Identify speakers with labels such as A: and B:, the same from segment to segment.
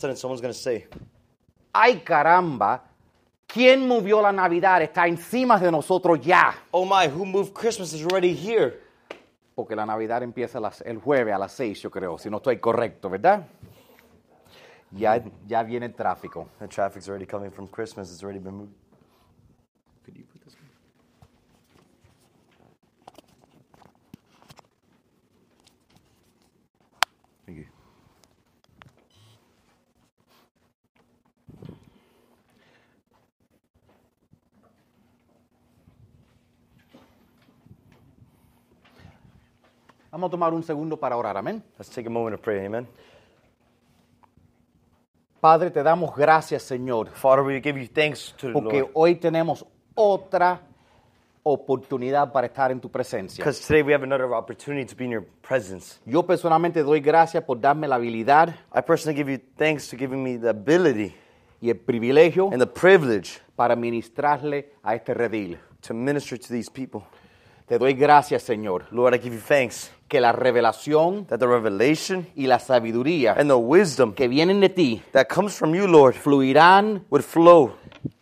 A: sudden someone's going to say,
B: Ay caramba, ¿quién movió la Navidad? Está encima de nosotros ya.
A: Oh my, who moved Christmas is already here.
B: Porque la Navidad empieza a las- el jueves a las seis, yo creo, si no estoy correcto, ¿verdad? Ya, ya viene el tráfico.
A: The traffic's already coming from Christmas. It's already been moved. Could you put this one? Thank you.
B: Vamos a tomar un segundo para orar, amén.
A: Let's take a moment to pray. Amen.
B: Padre, te damos gracias, Señor,
A: Father, we give you thanks to the
B: porque
A: Lord.
B: hoy tenemos otra oportunidad para estar en tu presencia.
A: Because today we have another opportunity to be in your presence.
B: Yo personalmente doy gracias por darme la habilidad
A: I personally give you thanks to giving me the ability
B: y el privilegio
A: and the privilege
B: para ministrarle a este redil.
A: to minister to these people.
B: Te doy gracias, Señor,
A: Lord, I give you thanks
B: que la revelación
A: that the revelation
B: y la sabiduría
A: and the wisdom
B: que vienen de ti
A: that comes from you, Lord,
B: fluirán
A: would flow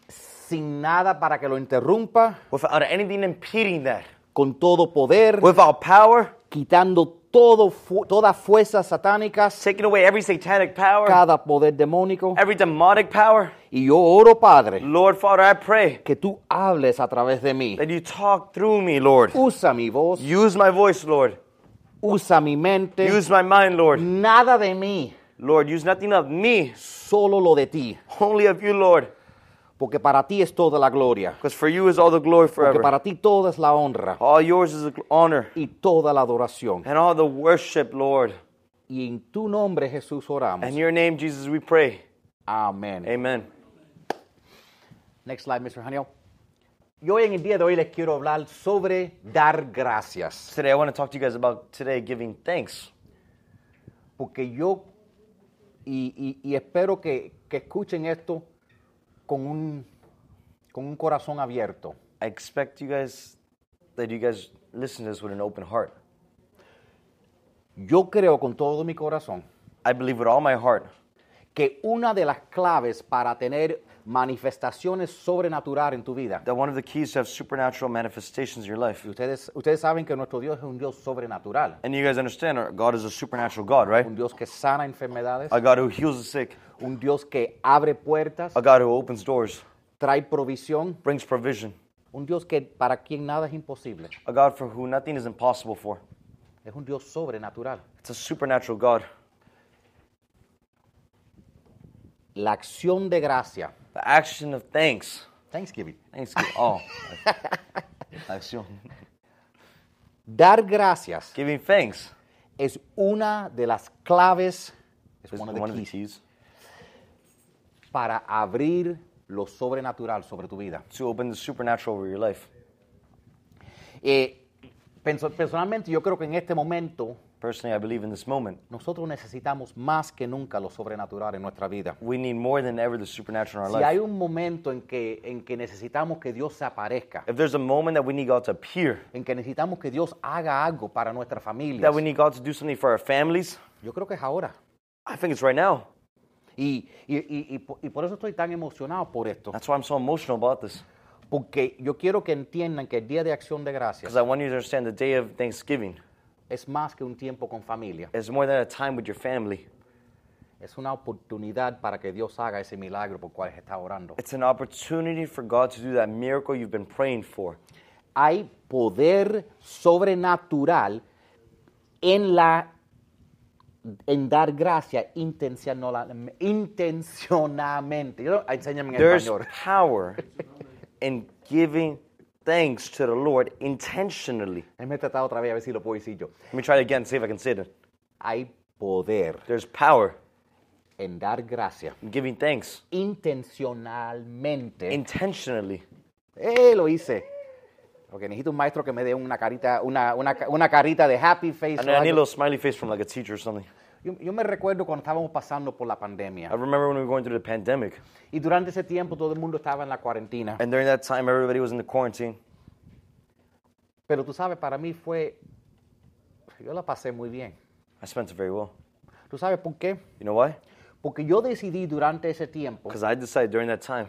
B: sin nada para que lo interrumpa,
A: without anything impeding that.
B: con todo poder,
A: Without power,
B: quitando todo fu- toda fuerza satánica,
A: taking away every satanic power,
B: cada poder demónico.
A: every demonic power.
B: Y yo oro, Padre,
A: Lord, Father, I pray
B: que tú hables a través de mí.
A: that you talk through me, Lord.
B: Usa mi voz,
A: Use my voice, Lord.
B: usa mi mente,
A: Use my mind, Lord.
B: nada de mí,
A: Lord, use nothing of me,
B: solo lo de ti.
A: only of you, Lord.
B: Porque para ti es toda la gloria,
A: Because for you is all the glory
B: porque
A: forever.
B: para ti toda es la honra
A: All yours is the gl- honor
B: y toda la adoración.
A: and all the worship, Lord.
B: Y en tu nombre, Jesús, oramos.
A: In your name, Jesus, we pray.
B: Amén.
A: Amen.
B: Eh, Next slide, Mr. Haniel. Yo hoy en el día de hoy les quiero hablar sobre dar gracias,
A: Today, I want to talk to you guys about today giving thanks.
B: porque yo, y, y- y espero que, que escuchen esto con un, con un corazón abierto.
A: I expect you guys that you guys listen to this with an open heart.
B: Yo creo con todo mi corazón
A: I believe with all my heart
B: que una de las claves para tener manifestaciones sobrenaturales en tu vida,
A: that one of the keys to have supernatural manifestations in your life.
B: y ustedes, ustedes saben que nuestro Dios es un Dios sobrenatural,
A: And you guys understand our God is a supernatural God, right?
B: un Dios que sana enfermedades,
A: A God who heals the sick,
B: un Dios que abre puertas,
A: a God who opens doors,
B: trae provisión,
A: brings provision,
B: un Dios que para quien nada es imposible,
A: a God for who nothing is impossible for.
B: es un Dios sobrenatural.
A: It's a supernatural God.
B: La acción de gracia,
A: The action of thanks.
B: Thanksgiving,
A: Thanks. gi- Oh. Action.
B: dar gracias
A: Giving thanks
B: es una de las claves es
A: is
B: one
A: one,
B: of the
A: of the
B: keys,
A: keys
B: para abrir lo sobrenatural sobre tu vida.
A: to open the supernatural over your life.
B: Eh, penso- personalmente yo creo que en este momento
A: Personally, I believe in this moment.
B: nosotros necesitamos más que nunca lo sobrenatural en nuestra vida.
A: We need more than ever the supernatural in our
B: Si
A: life.
B: hay un momento en que, en que necesitamos que Dios se aparezca,
A: If there's a moment that we need God to appear,
B: en que necesitamos que Dios haga algo para nuestra familia,
A: that we need God to do something for our families,
B: yo creo que es ahora.
A: I think it's right now.
B: Y, y- y- y po- y por eso estoy tan emocionado por esto,
A: That's why I'm so emotional about this.
B: porque yo quiero que entiendan que el Día de Acción de Gracias
A: Because I want you to understand the day of Thanksgiving
B: es más que un tiempo con familia,
A: is more than a time with your family.
B: es una oportunidad para que Dios haga ese milagro por el cual está orando.
A: It's an opportunity for God to do that miracle you've been praying for.
B: Hay poder sobrenatural en la en dar gracia intencional- intencionalmente. Yo- enséñame en
A: There's
B: español.
A: power in giving thanks to the Lord intentionally.
B: Él me he tratado otra vez a ver si lo puedo decir yo.
A: Let me try it again, see if I can say it.
B: Hay poder
A: There's power
B: en dar gracia
A: in giving thanks
B: intencionalmente.
A: intentionally.
B: ¡Eh, lo hice! Porque necesito un maestro que me dé una carita, una, una ca- una carita de happy face.
A: And
B: o
A: I need a
B: algo.
A: little smiley face from like a teacher or something.
B: Yo, yo me recuerdo cuando estábamos pasando por la
A: I
B: pandemia
A: remember when we were going through the pandemic.
B: y durante ese tiempo todo el mundo estaba en la cuarentena.
A: And during that time, everybody was in the quarantine.
B: Pero tú sabes, para mí fue, yo la pasé muy bien.
A: I spent it very well.
B: ¿Tú sabes por qué?
A: You know why?
B: Porque yo decidí durante ese tiempo
A: because I decided during that time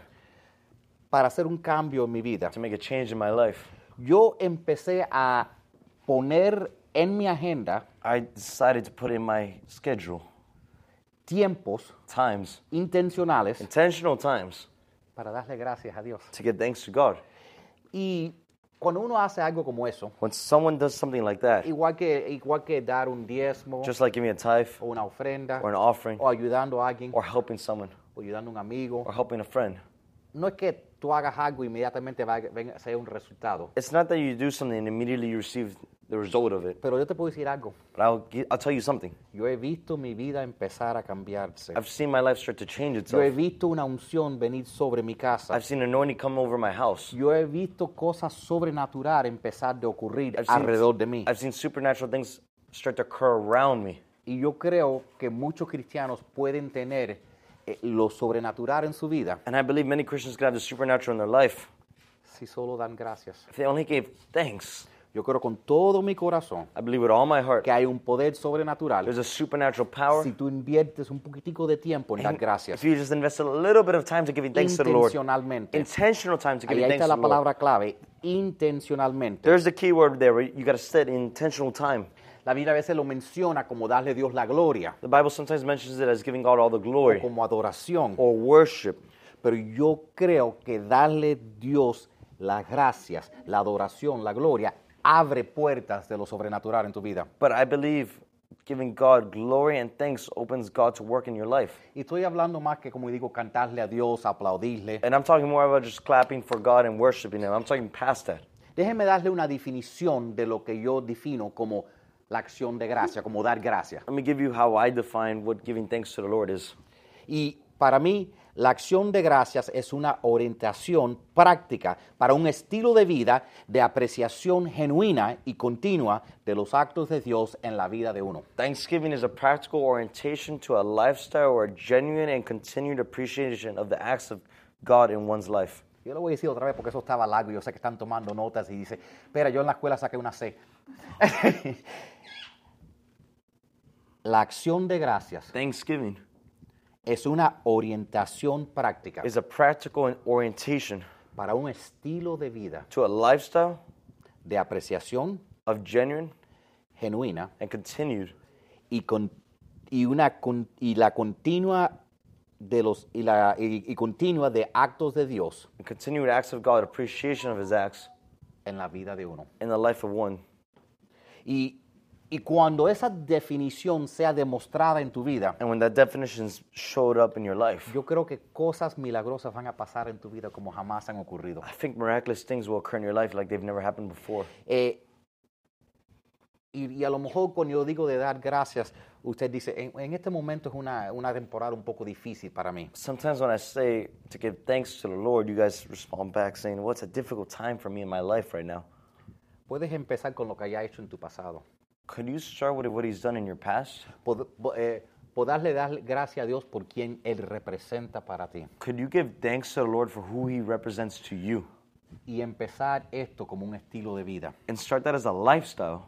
B: para hacer un cambio en mi vida.
A: to make a change in my life.
B: Yo empecé a poner en mi agenda
A: I decided to put in my schedule
B: tiempos
A: times,
B: intencionales
A: intentional times,
B: para darle gracias a Dios.
A: to give thanks to God.
B: Y cuando uno hace algo como eso,
A: When someone does something like that,
B: igual que, igual que dar un diezmo
A: just like giving a tithe
B: o una ofrenda
A: or an offering
B: o ayudando a alguien
A: or helping someone
B: o ayudando a un amigo,
A: or helping a friend,
B: no es que tú hagas algo y inmediatamente va a venga- sea un resultado.
A: it's not that you do something and immediately you receive the result of it.
B: Pero yo te puedo decir algo.
A: But I'll, gi- I'll tell you something.
B: Yo he visto mi vida empezar a cambiarse.
A: I've seen my life start to change
B: Yo he
A: itself.
B: visto una unción venir sobre mi casa.
A: I've seen anointing come over my house.
B: Yo he visto cosas sobrenaturales empezar de ocurrir
A: I've seen,
B: alrededor de mí.
A: I've seen supernatural things start to occur around me.
B: Y yo creo que muchos cristianos pueden tener eh, lo sobrenatural en su vida
A: And I believe many Christians can have the supernatural in their life
B: si solo dan gracias.
A: if they only gave thanks.
B: Yo creo con todo mi corazón
A: I believe with all my heart
B: que hay un poder sobrenatural
A: there's a supernatural power.
B: si tú inviertes un poquitico de tiempo en dar
A: And
B: gracias.
A: If you just invest a little bit of time to giving thanks to the Lord,
B: Intencionalmente.
A: intentional time to
B: Ahí,
A: giving
B: ahí
A: thanks
B: está
A: to the Lord.
B: la palabra clave, intencionalmente.
A: There's the key word there. Where you got to set intentional time.
B: La Biblia a veces lo menciona como darle a Dios la gloria,
A: The Bible sometimes mentions it as giving God all the glory
B: como adoración.
A: or worship.
B: Pero yo creo que darle Dios las gracias, la adoración, la gloria, abre puertas de lo sobrenatural en tu vida.
A: But I believe giving God glory and thanks opens God to work in your life.
B: Y estoy hablando más que, como digo, cantarle a Dios, aplaudirle.
A: And I'm talking more about just clapping for God and worshiping Him. I'm talking past that.
B: Déjeme darle una definición de lo que yo defino como la acción de gracia, como dar gracias.
A: Let me give you how I define what giving thanks to the Lord is.
B: Y para mí, la acción de gracias es una orientación práctica para un estilo de vida de apreciación genuina y continua de los actos de Dios en la vida de uno.
A: Thanksgiving is a practical orientation to a lifestyle or a genuine and continued appreciation of the acts of God in one's life.
B: Yo lo voy a decir otra vez porque eso estaba largo y yo sé que están tomando notas y dice, espera, yo en la escuela saqué una C. la acción de gracias
A: Thanksgiving
B: es una orientación práctica
A: is a practical orientation
B: para un estilo de vida
A: to a lifestyle
B: de apreciación
A: of genuine
B: genuina
A: and continued
B: y, con- y una, con- y la continua de los y, la, y- y continua de actos de Dios
A: and continued acts of God, appreciation of His acts
B: en la vida de uno.
A: in the life of one.
B: Y, y cuando esa definición sea demostrada en tu vida,
A: And when that definition showed up in your life,
B: yo creo que cosas milagrosas van a pasar en tu vida como jamás han ocurrido.
A: I think miraculous things will occur in your life like they've never happened before.
B: Eh, y, y a lo mejor cuando yo digo de dar gracias, usted dice, en, en este momento es una, una temporada un poco difícil para mí.
A: Sometimes when I say to give thanks to the Lord, you guys respond back saying, Well, it's a difficult time for me in my life right now.
B: Puedes empezar con lo que haya hecho en tu pasado.
A: Could you start with what He's done in your past?
B: Pod- po- eh, poderle dar gracias a Dios por quien Él representa para ti.
A: Could you give thanks to the Lord for who He represents to you?
B: Y empezar esto como un estilo de vida.
A: And start that as a lifestyle.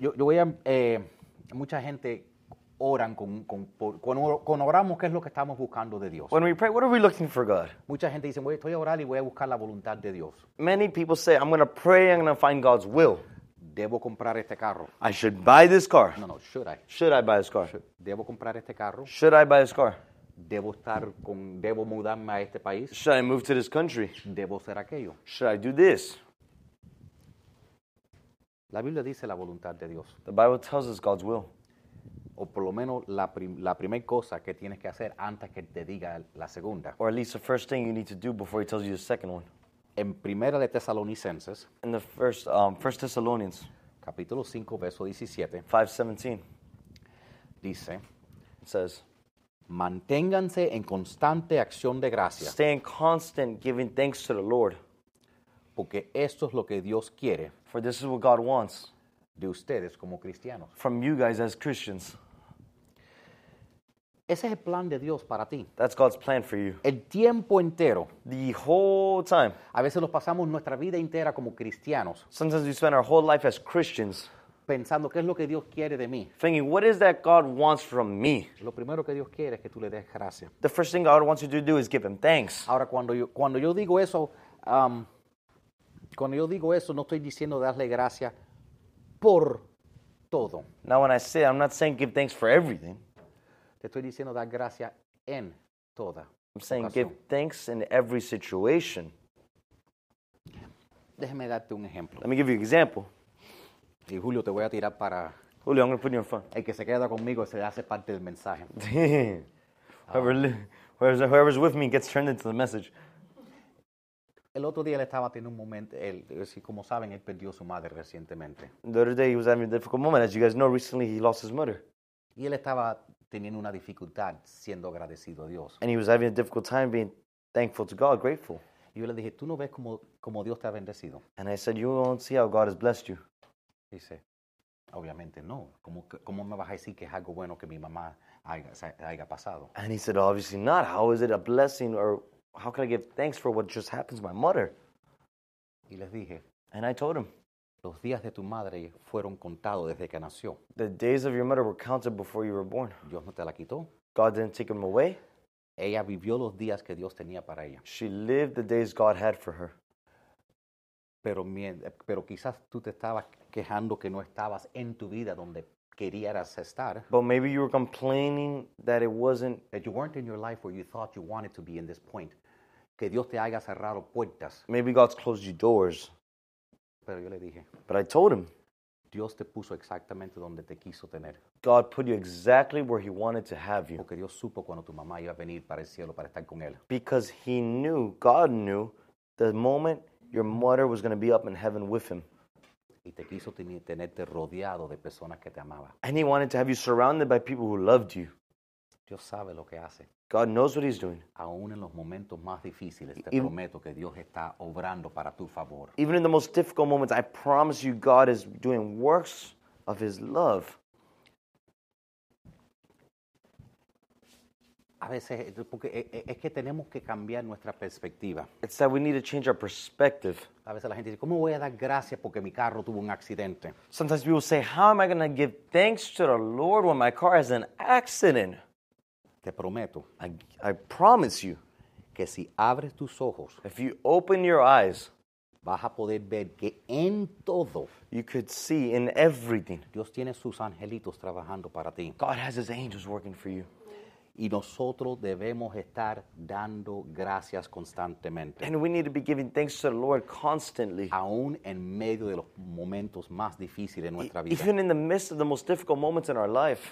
B: Yo, yo voy a... eh, mucha gente oran con, con, por- con or- con oramos qué es lo que estamos buscando de Dios.
A: When we pray, what are we looking for God?
B: Mucha gente dice, voy, estoy a orar y voy a buscar la voluntad de Dios.
A: Many people say, I'm going to pray, I'm going to find God's will.
B: Debo comprar este carro.
A: I should buy this car.
B: No, no, should I?
A: Should I buy this car?
B: Debo comprar este carro.
A: Should I buy this car?
B: Debo estar con... Debo mudarme a este país.
A: Should I move to this country?
B: Debo ser aquello.
A: Should I do this?
B: La Biblia dice la voluntad de Dios.
A: The Bible tells us God's will.
B: o por lo menos la, primera cosa que tienes que hacer antes que te diga la segunda.
A: Or at least the first thing you need to do before he tells you the second one.
B: En Primera de Tesalonicenses,
A: In the first, um, First Thessalonians
B: capítulo 5, verso 17,
A: 5.17, it
B: dice,
A: says,
B: manténganse en constante acción de gracia,
A: Stay in constant giving thanks to the Lord,
B: porque esto es lo que Dios quiere
A: for this is what God wants
B: de ustedes como cristianos.
A: from you guys as Christians.
B: Ese es el plan de Dios para ti.
A: That's God's plan for you.
B: El tiempo entero,
A: The whole time.
B: a veces nos pasamos nuestra vida entera como cristianos,
A: Sometimes we spend our whole life as Christians,
B: pensando qué es lo que Dios quiere de mí.
A: thinking, what is that God wants from me?
B: Lo primero que Dios quiere es que tú le des gracias.
A: The first thing God wants you to do is give Him thanks.
B: Ahora, cuando yo, cuando yo digo eso, am, cuando yo digo eso, no estoy diciendo darle gracias por todo.
A: Now, when I say, I'm not saying give thanks for everything,
B: Te estoy diciendo dar gracias en toda.
A: I'm saying
B: ocasión.
A: give thanks in every situation.
B: Déjeme darte un ejemplo.
A: Let me give you an example.
B: Y Julio, te voy a tirar para
A: Julio, I'm going to put you in front.
B: el que se queda conmigo, se hace parte del mensaje.
A: Whoever li- whoever's, whoever's with me gets turned into the message.
B: El otro día él estaba teniendo un momento, él, eh, sí, como saben, él perdió a su madre recientemente.
A: The other day, he was having a difficult moment. As you guys know, recently he lost his mother,
B: Y él estaba teniendo una dificultad siendo agradecido a Dios.
A: and he was having a difficult time being thankful to God, grateful.
B: Y yo le dije, ¿tú no ves cómo, cómo Dios te ha bendecido?
A: And I said, You don't see how God has blessed you.
B: Dice, obviamente no. ¿Cómo, que- cómo me vas a decir que es algo bueno que mi mamá haya, se haya pasado?
A: And he said, Obviously not. How is it a blessing, or how can I give thanks for what just happened to my mother?
B: Y les dije,
A: And I told him,
B: los días de tu madre fueron contados desde que nació.
A: The days of your mother were counted before you were born.
B: Dios no te la quitó.
A: God didn't take them away.
B: Ella vivió los días que Dios tenía para ella.
A: She lived the days God had for her.
B: Pero, mien- pero quizás tú te estabas quejando que no estabas en tu vida donde querías estar.
A: But maybe you were complaining that it wasn't,
B: That you weren't in your life where you thought you wanted to be in this point. Que Dios te haya cerrado puertas.
A: maybe God's closed you doors.
B: Pero yo le dije,
A: But I told him,
B: Dios te puso exactamente donde te quiso tener.
A: God put you exactly where He wanted to have you.
B: Porque Dios supo cuando tu mamá iba a venir para el cielo para estar con él.
A: Because He knew, God knew, the moment your mother was going to be up in heaven with Him.
B: Y te quiso teni- tenerte rodeado de personas que te amaban.
A: And He wanted to have you surrounded by people who loved you.
B: Dios sabe lo que hace.
A: God knows what He's doing.
B: Aún en los momentos más difíciles, te
A: Y-
B: prometo que Dios está obrando para tu favor.
A: Even in the most difficult moments, I promise you, God is doing works of His love.
B: A veces, eh, porque eh, eh, es que tenemos que cambiar nuestra perspectiva.
A: It's that we need to change our perspective.
B: A veces la gente dice, ¿cómo voy a dar gracias porque mi carro tuvo un accidente?
A: Sometimes people say, How am I going to give thanks to the Lord when my car has an accident?
B: Te prometo
A: I, I promise you,
B: que si abres tus ojos,
A: if you open your eyes,
B: vas a poder ver que en todo
A: you could see in everything.
B: Dios tiene sus angelitos trabajando para ti.
A: God has His angels working for you.
B: Y nosotros debemos estar dando gracias constantemente,
A: And we need to be giving thanks to the Lord constantly.
B: aún en medio de los momentos más difíciles de nuestra vida.
A: Even in the midst of the most difficult moments in our life.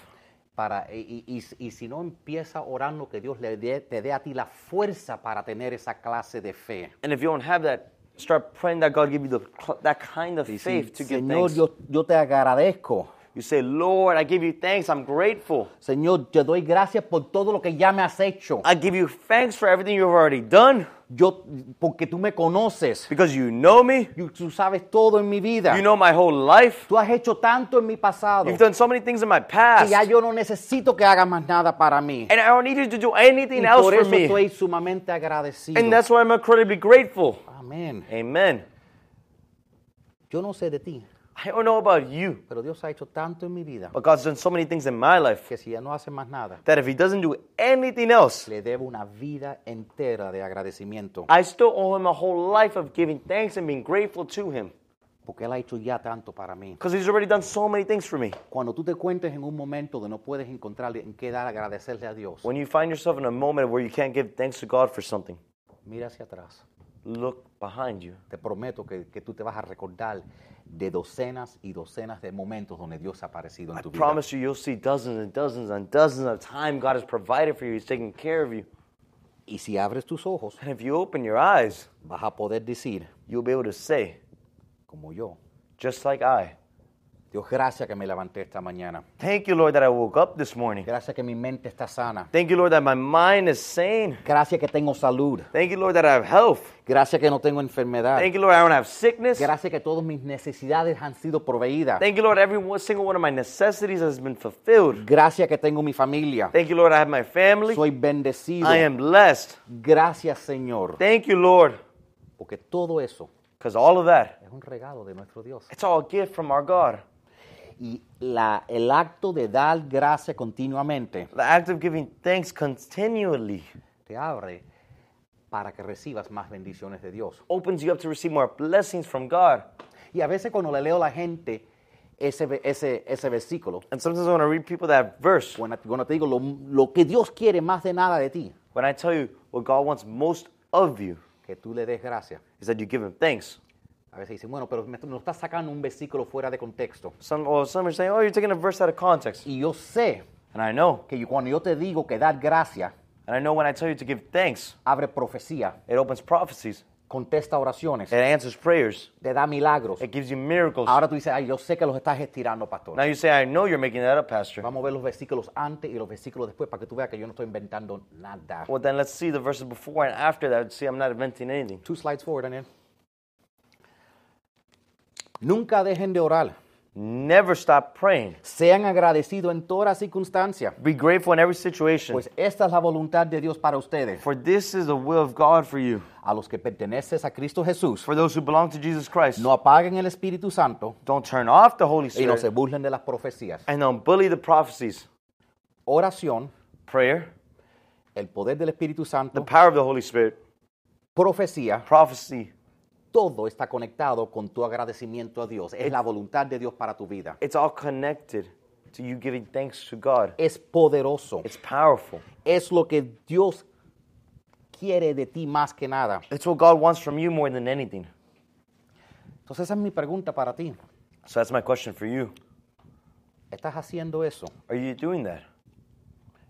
B: Para, y, y- y- y si no empieza orando, que Dios le dé- te dé a ti la fuerza para tener esa clase de fe.
A: And if you don't have that, start praying that God give you the, cl- that kind of faith to give
B: Señor,
A: thanks.
B: yo, yo te agradezco.
A: You say, Lord, I give you thanks. I'm grateful.
B: Señor, te doy gracias por todo lo que ya me has hecho.
A: I give you thanks for everything you've already done
B: Yo, porque tú me conoces.
A: because you know me.
B: Y Tú sabes todo en mi vida.
A: You know my whole life.
B: tú has hecho tanto en mi pasado
A: You've done so many things in my
B: que
A: past.
B: ya yo no necesito que hagas más nada para mí.
A: And I don't need you to do
B: Y
A: anything else
B: por
A: for
B: eso
A: me.
B: estoy sumamente agradecido.
A: And that's why I'm incredibly grateful.
B: Amén.
A: Amen.
B: Yo no sé de ti,
A: I don't know about you,
B: pero Dios ha hecho tanto en mi vida
A: but God's done so many things in my life
B: que si ya no hace más nada,
A: that if He doesn't do anything else,
B: le debo una vida entera de agradecimiento.
A: I still owe Him a whole life of giving thanks and being grateful to Him
B: Porque Él ha hecho ya tanto para mí.
A: because He's already done so many things for me.
B: Cuando tú te cuentes en un momento de no puedes encontrar en qué dar agradecerle a Dios,
A: When you find yourself in a moment where you can't give thanks to God for something,
B: mira hacia atrás.
A: look behind you.
B: Te prometo que, que tú te vas a recordar de docenas y docenas de momentos donde Dios ha aparecido en
A: I
B: tu vida.
A: promise you, you'll see dozens and dozens and dozens of time God has provided for you. He's taking care of you.
B: Y si abres tus ojos,
A: And if you open your eyes,
B: vas a poder decir,
A: you'll be able to say,
B: como yo,
A: just like I,
B: Dios, gracias que me levanté esta mañana.
A: Thank you, Lord, that I woke up this morning.
B: Gracias que mi mente está sana.
A: Thank you, Lord, that my mind is sane.
B: Gracias que tengo salud.
A: Thank you, Lord, that I have health.
B: Gracias que no tengo enfermedad.
A: Thank you, Lord, I don't have sickness.
B: Gracias que todas mis necesidades han sido proveídas.
A: Thank you, Lord, every one- single one of my necessities has been fulfilled.
B: Gracias que tengo mi familia.
A: Thank you, Lord, I have my family.
B: Soy bendecido.
A: I am blessed.
B: Gracias, Señor.
A: Thank you, Lord,
B: Porque todo eso
A: because all of that,
B: es un regalo de nuestro Dios.
A: it's all a gift from our God.
B: Y la- el acto de dar gracia continuamente
A: The act of giving thanks continually
B: te abre para que recibas más bendiciones de Dios.
A: opens you up to receive more blessings from God.
B: Y a veces cuando le leo a la gente ese, ve- ese, ese versículo,
A: And sometimes when I read people that verse,
B: cuando, cuando te digo lo, lo que Dios quiere más de nada de ti,
A: when I tell you what God wants most of you,
B: que tú le des gracia.
A: is that you give Him thanks.
B: A veces dicen, bueno, pero me, me lo estás sacando un versículo fuera de contexto.
A: Some, or some are saying, oh, you're taking a verse out of context.
B: Y yo sé
A: And I know.
B: que yo- cuando yo te digo que dar gracia
A: And I know when I tell you to give thanks,
B: abre profecía,
A: it opens prophecies,
B: contesta oraciones,
A: it answers prayers,
B: te da milagros.
A: it gives you miracles.
B: Ahora tú dices, ay, yo sé que los estás estirando, pastor.
A: Now you say, I know you're making that up, Pastor.
B: Vamos a ver los versículos antes y los versículos después para que tú veas que yo no estoy inventando nada.
A: Well, then let's see the verses before and after that. See, I'm not inventing anything.
B: Two slides forward, Daniel. Nunca dejen de orar.
A: Never stop praying.
B: Sean agradecidos en toda circunstancia,
A: Be grateful in every situation,
B: pues esta es la voluntad de Dios para ustedes.
A: for this is the will of God for you.
B: A los que perteneces a Cristo Jesús,
A: For those who belong to Jesus Christ,
B: no apaguen el Espíritu Santo
A: don't turn off the Holy
B: y no se
A: Spirit
B: burlen de las profecías.
A: and don't bully the prophecies.
B: Oración,
A: Prayer,
B: el poder del Espíritu
A: the
B: Santo,
A: power of the Holy Spirit,
B: profecía,
A: prophecy.
B: todo está conectado con tu agradecimiento a Dios. Es la voluntad de Dios para tu vida.
A: It's all connected to you giving thanks to God.
B: Es poderoso.
A: It's powerful.
B: Es lo que Dios quiere de ti más que nada.
A: It's what God wants from you more than anything.
B: Entonces esa es mi pregunta para ti.
A: So that's my question for you.
B: ¿Estás haciendo eso?
A: Are you doing that?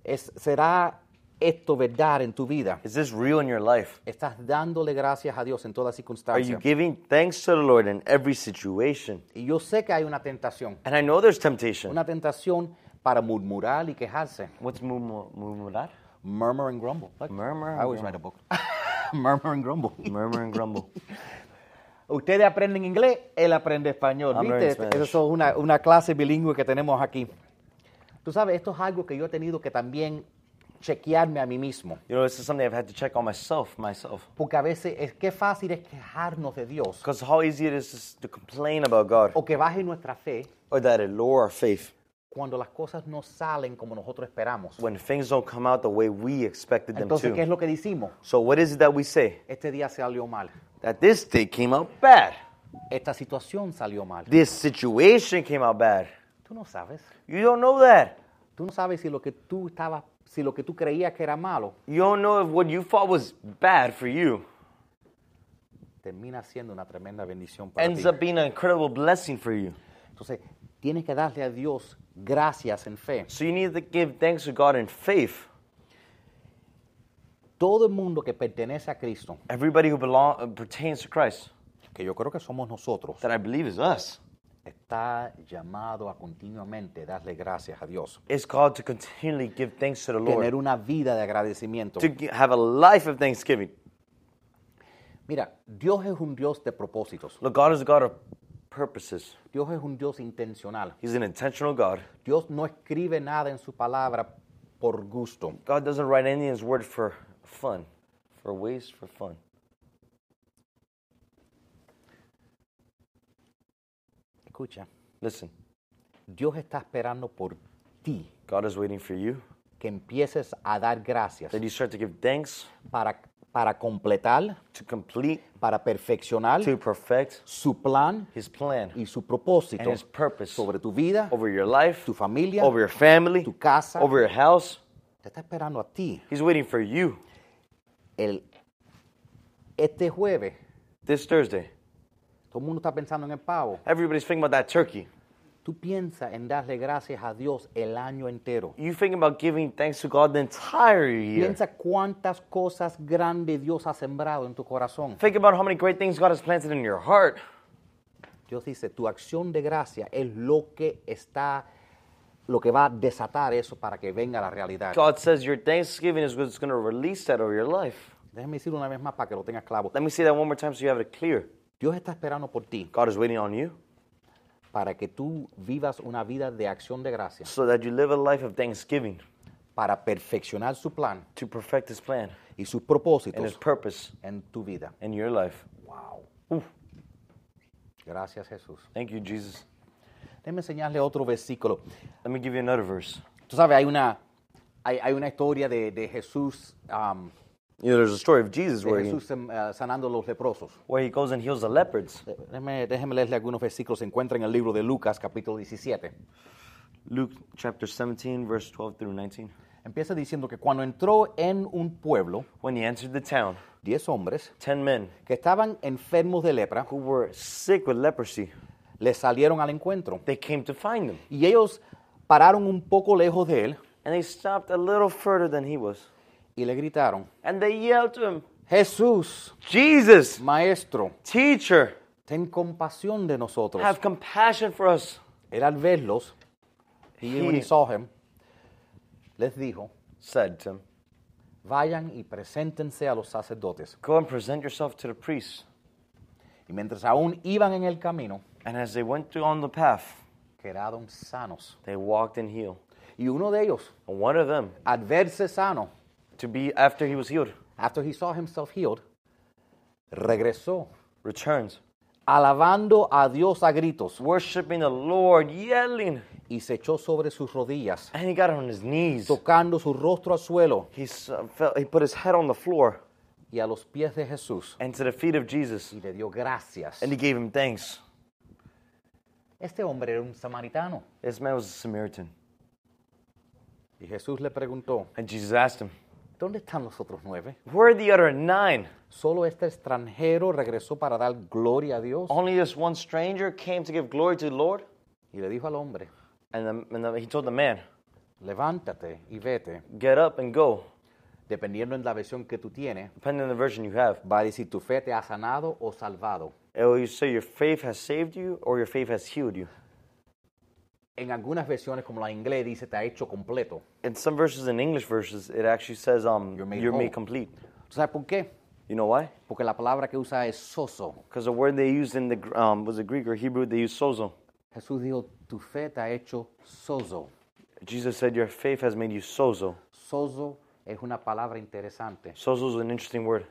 B: Es- ¿Será esto verdad en tu vida?
A: Is this real in your life?
B: ¿Estás dándole gracias a Dios en toda
A: Are you
B: circunstancia?
A: giving thanks to the Lord in every situation?
B: Y yo sé que hay una tentación.
A: And I know there's temptation.
B: Una tentación para murmurar y quejarse.
A: What's murmu- murmurar?
B: Murmur and grumble. Look,
A: Murmur and
B: I always write a book. Murmur and grumble.
A: Murmur and grumble.
B: Ustedes aprenden inglés, él aprende español.
A: I'm learning
B: ¿Viste?
A: Spanish.
B: Eso es una, una clase bilingüe que tenemos aquí. Tú sabes, esto es algo que yo he tenido que también chequearme a mí mismo.
A: You know, this is something I've had to check on myself, myself.
B: Porque a veces es que fácil es quejarnos de Dios
A: Because how easy it is just to complain about God
B: o que baje nuestra fe
A: or that it lower our faith
B: cuando las cosas no salen como nosotros esperamos.
A: when things don't come out the way we expected them
B: Entonces, ¿qué es
A: to.
B: lo que decimos?
A: So, what is it that we say?
B: Este día salió mal.
A: That this day came out bad.
B: Esta situación salió mal.
A: This situation came out bad.
B: Tú no sabes.
A: You don't know that.
B: Tú no sabes si lo que tú estabas, si lo que tú creías que era malo
A: You don't know if what you thought was bad for you
B: termina siendo una tremenda bendición para
A: ends
B: ti.
A: up being an incredible blessing for you.
B: Entonces, tienes que darle a Dios gracias en fe.
A: So you need to give thanks to God in faith.
B: Todo el mundo que pertenece a Cristo,
A: Everybody who belong, uh, pertains to Christ,
B: que yo creo que somos nosotros,
A: that I believe is us,
B: está llamado a continuamente darle gracias a Dios.
A: is called to continually give thanks to the
B: Tener
A: Lord,
B: una vida de agradecimiento.
A: to g- have a life of thanksgiving.
B: Mira, Dios es un Dios de propósitos.
A: Look, God is a God of purposes.
B: Dios es un Dios intencional.
A: He's an intentional God.
B: Dios no escribe nada en su palabra por gusto.
A: God doesn't write any in His word for fun, for waste, for fun.
B: Escucha,
A: Listen,
B: Dios está esperando por ti
A: God is waiting for you
B: que empieces a dar gracias
A: that you start to give thanks,
B: para, para completar,
A: to complete,
B: para perfeccionar
A: to perfect
B: su plan
A: His plan
B: y su propósito
A: and His purpose
B: sobre tu vida,
A: over your life,
B: tu familia,
A: over your family,
B: tu casa.
A: over your house.
B: Te está esperando a ti.
A: He's waiting for you
B: El, este jueves,
A: this Thursday.
B: todo el mundo está pensando en el pavo.
A: Everybody's thinking about that turkey.
B: Tú piensas en darle gracias a Dios el año entero.
A: You thinking about giving thanks to God the entire year.
B: Piensa cuántas cosas grandes Dios ha sembrado en tu corazón.
A: Think about how many great things God has planted in your heart.
B: Dios dice, tu acción de gracia es lo que está, lo que va a desatar eso para que venga la realidad.
A: God says your thanksgiving is what's going to release that over your life.
B: Déjame decirlo una vez más para que lo tengas claro.
A: Let me say that one more time so you have it clear.
B: Dios está esperando por ti
A: God is waiting on you
B: para que tú vivas una vida de acción de gracia,
A: so that you live a life of thanksgiving
B: para perfeccionar su plan
A: to perfect His plan
B: y sus
A: and His
B: propósitos
A: purpose
B: en tu vida.
A: in your life.
B: Wow. Gracias Jesús.
A: Thank you, Jesus.
B: Déjeme enseñarle otro versículo.
A: Let me give you another verse.
B: Tú sabes, hay una, hay, hay una historia de, de Jesús, um,
A: You know, there's a story of Jesus
B: de
A: where he,
B: Jesús em, eh, sanando los leprosos.
A: where he goes and heals the leopards.
B: Déjeme, déjeme leerle algunos versículos. Se encuentra en el libro de Lucas, capítulo 17.
A: Luke chapter 17, verse 12 through 19.
B: Empieza diciendo que cuando entró en un pueblo,
A: When he entered the town,
B: diez hombres
A: ten men
B: que estaban enfermos de lepra
A: who were sick with leprosy,
B: le salieron al encuentro.
A: they came to find him.
B: Y ellos pararon un poco lejos de él
A: And they stopped a little further than he was.
B: y le gritaron,
A: And they yelled to him,
B: Jesús,
A: Jesus,
B: maestro,
A: teacher,
B: ten compasión de nosotros.
A: have compassion for us.
B: Él al verlos, he, when he
A: He-
B: saw him, les dijo,
A: Said to him,
B: vayan y preséntense a los sacerdotes.
A: Go and present yourself to the priest.
B: Y mientras aún iban en el camino,
A: And as they went on the path,
B: quedaron sanos.
A: they walked and healed.
B: Y uno de ellos,
A: And one of them,
B: al verse sano,
A: to be after he was healed,
B: after he saw himself healed, regresó,
A: returns,
B: alabando a Dios a gritos,
A: worshiping the Lord, yelling.
B: y se echó sobre sus rodillas,
A: And he got on his knees.
B: tocando su rostro al suelo
A: He, s- fell, he put his head on the floor
B: y a los pies de Jesús,
A: and to the feet of Jesus.
B: y le dio gracias.
A: And he gave him thanks.
B: Este hombre era un samaritano.
A: This man was a Samaritan.
B: Y Jesús le preguntó,
A: And Jesus asked him,
B: ¿dónde están los otros nueve?
A: Where are the other nine?
B: Solo este extranjero regresó para dar gloria a Dios.
A: Only this one stranger came to give glory to the Lord?
B: Y le dijo al hombre,
A: And, the, and the- he told the man,
B: levántate y vete.
A: Get up and go,
B: Dependiendo en la versión que tú tienes,
A: depending on the version you have.
B: va a decir tu fe te ha sanado o salvado.
A: It will say your faith has saved you or your faith has healed you.
B: En algunas versiones, como la inglés, dice te ha hecho completo.
A: In some verses, in English verses, it actually says, um,
B: You're
A: You're
B: made
A: made,
B: whole.
A: complete.
B: ¿Tú sabes por qué?
A: You know why?
B: Porque la palabra que usa es soso.
A: Because the word they used in the, Gr- um, was it Greek or Hebrew, they used sozo.
B: Jesús dijo, tu fe te ha hecho soso.
A: Jesus said, Your faith has made you sozo.
B: Soso es una palabra interesante.
A: Sozo is an interesting word.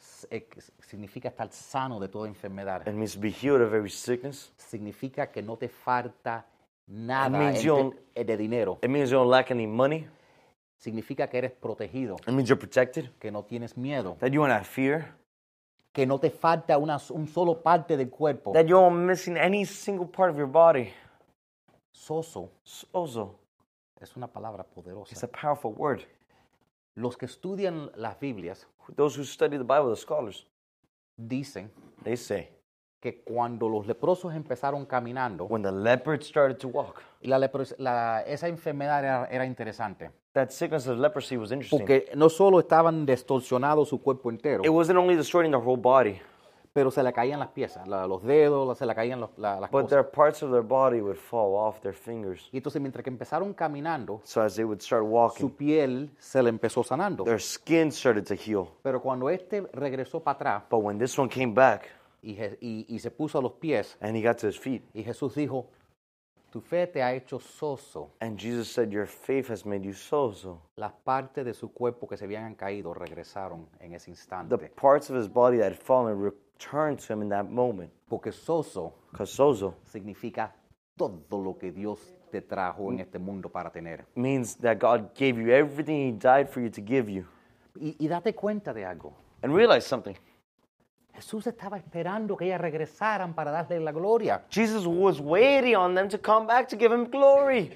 B: S- eh, que s- Significa estar sano de toda enfermedad.
A: It means to be healed of every sickness.
B: Significa que no te falta nada
A: means
B: en
A: you'll-
B: te- eh, de dinero.
A: It means you don't lack any money.
B: Significa que eres protegido,
A: It means you're protected.
B: que no tienes miedo,
A: That you won't have fear.
B: que no te falta una, s- un solo parte del cuerpo.
A: That you won't missing any single part of your body.
B: Soso
A: Sozo.
B: es una palabra
A: It's
B: poderosa.
A: a powerful word.
B: Los que estudian las Biblias
A: Those who study the Bible, the scholars,
B: dicen
A: they say
B: que cuando los leprosos empezaron caminando,
A: when the leopard started to walk,
B: y la lepros- la- esa enfermedad era, era interesante.
A: that sickness of leprosy was interesting.
B: Porque no solo estaban distorsionados su cuerpo entero,
A: It wasn't only destroying their whole body,
B: pero se le caían las piezas, la- los dedos, la- se le caían los- la- las
A: but
B: cosas.
A: their parts of their body would fall off their fingers.
B: Y entonces mientras que empezaron caminando,
A: So as they would start walking,
B: su piel se le empezó sanando.
A: their skin started to heal.
B: Pero cuando este regresó para atrás
A: But when this one came back
B: y, Je- y- y se puso a los pies,
A: and he got to his feet,
B: y Jesús dijo, tu fe te ha hecho soso.
A: and Jesus said, Your faith has made you sozo.
B: Las partes de su cuerpo que se habían caído regresaron en ese
A: The
B: instante.
A: parts of his body that had fallen returned to him in that moment.
B: Porque soso
A: Because sozo
B: significa todo lo que Dios te trajo en este mundo para tener.
A: means that God gave you everything he died for you to give you.
B: Y, y date cuenta de algo.
A: And realize something.
B: Jesús estaba esperando que ellas regresaran para darle la gloria.
A: Jesus was waiting on them to come back to give him glory.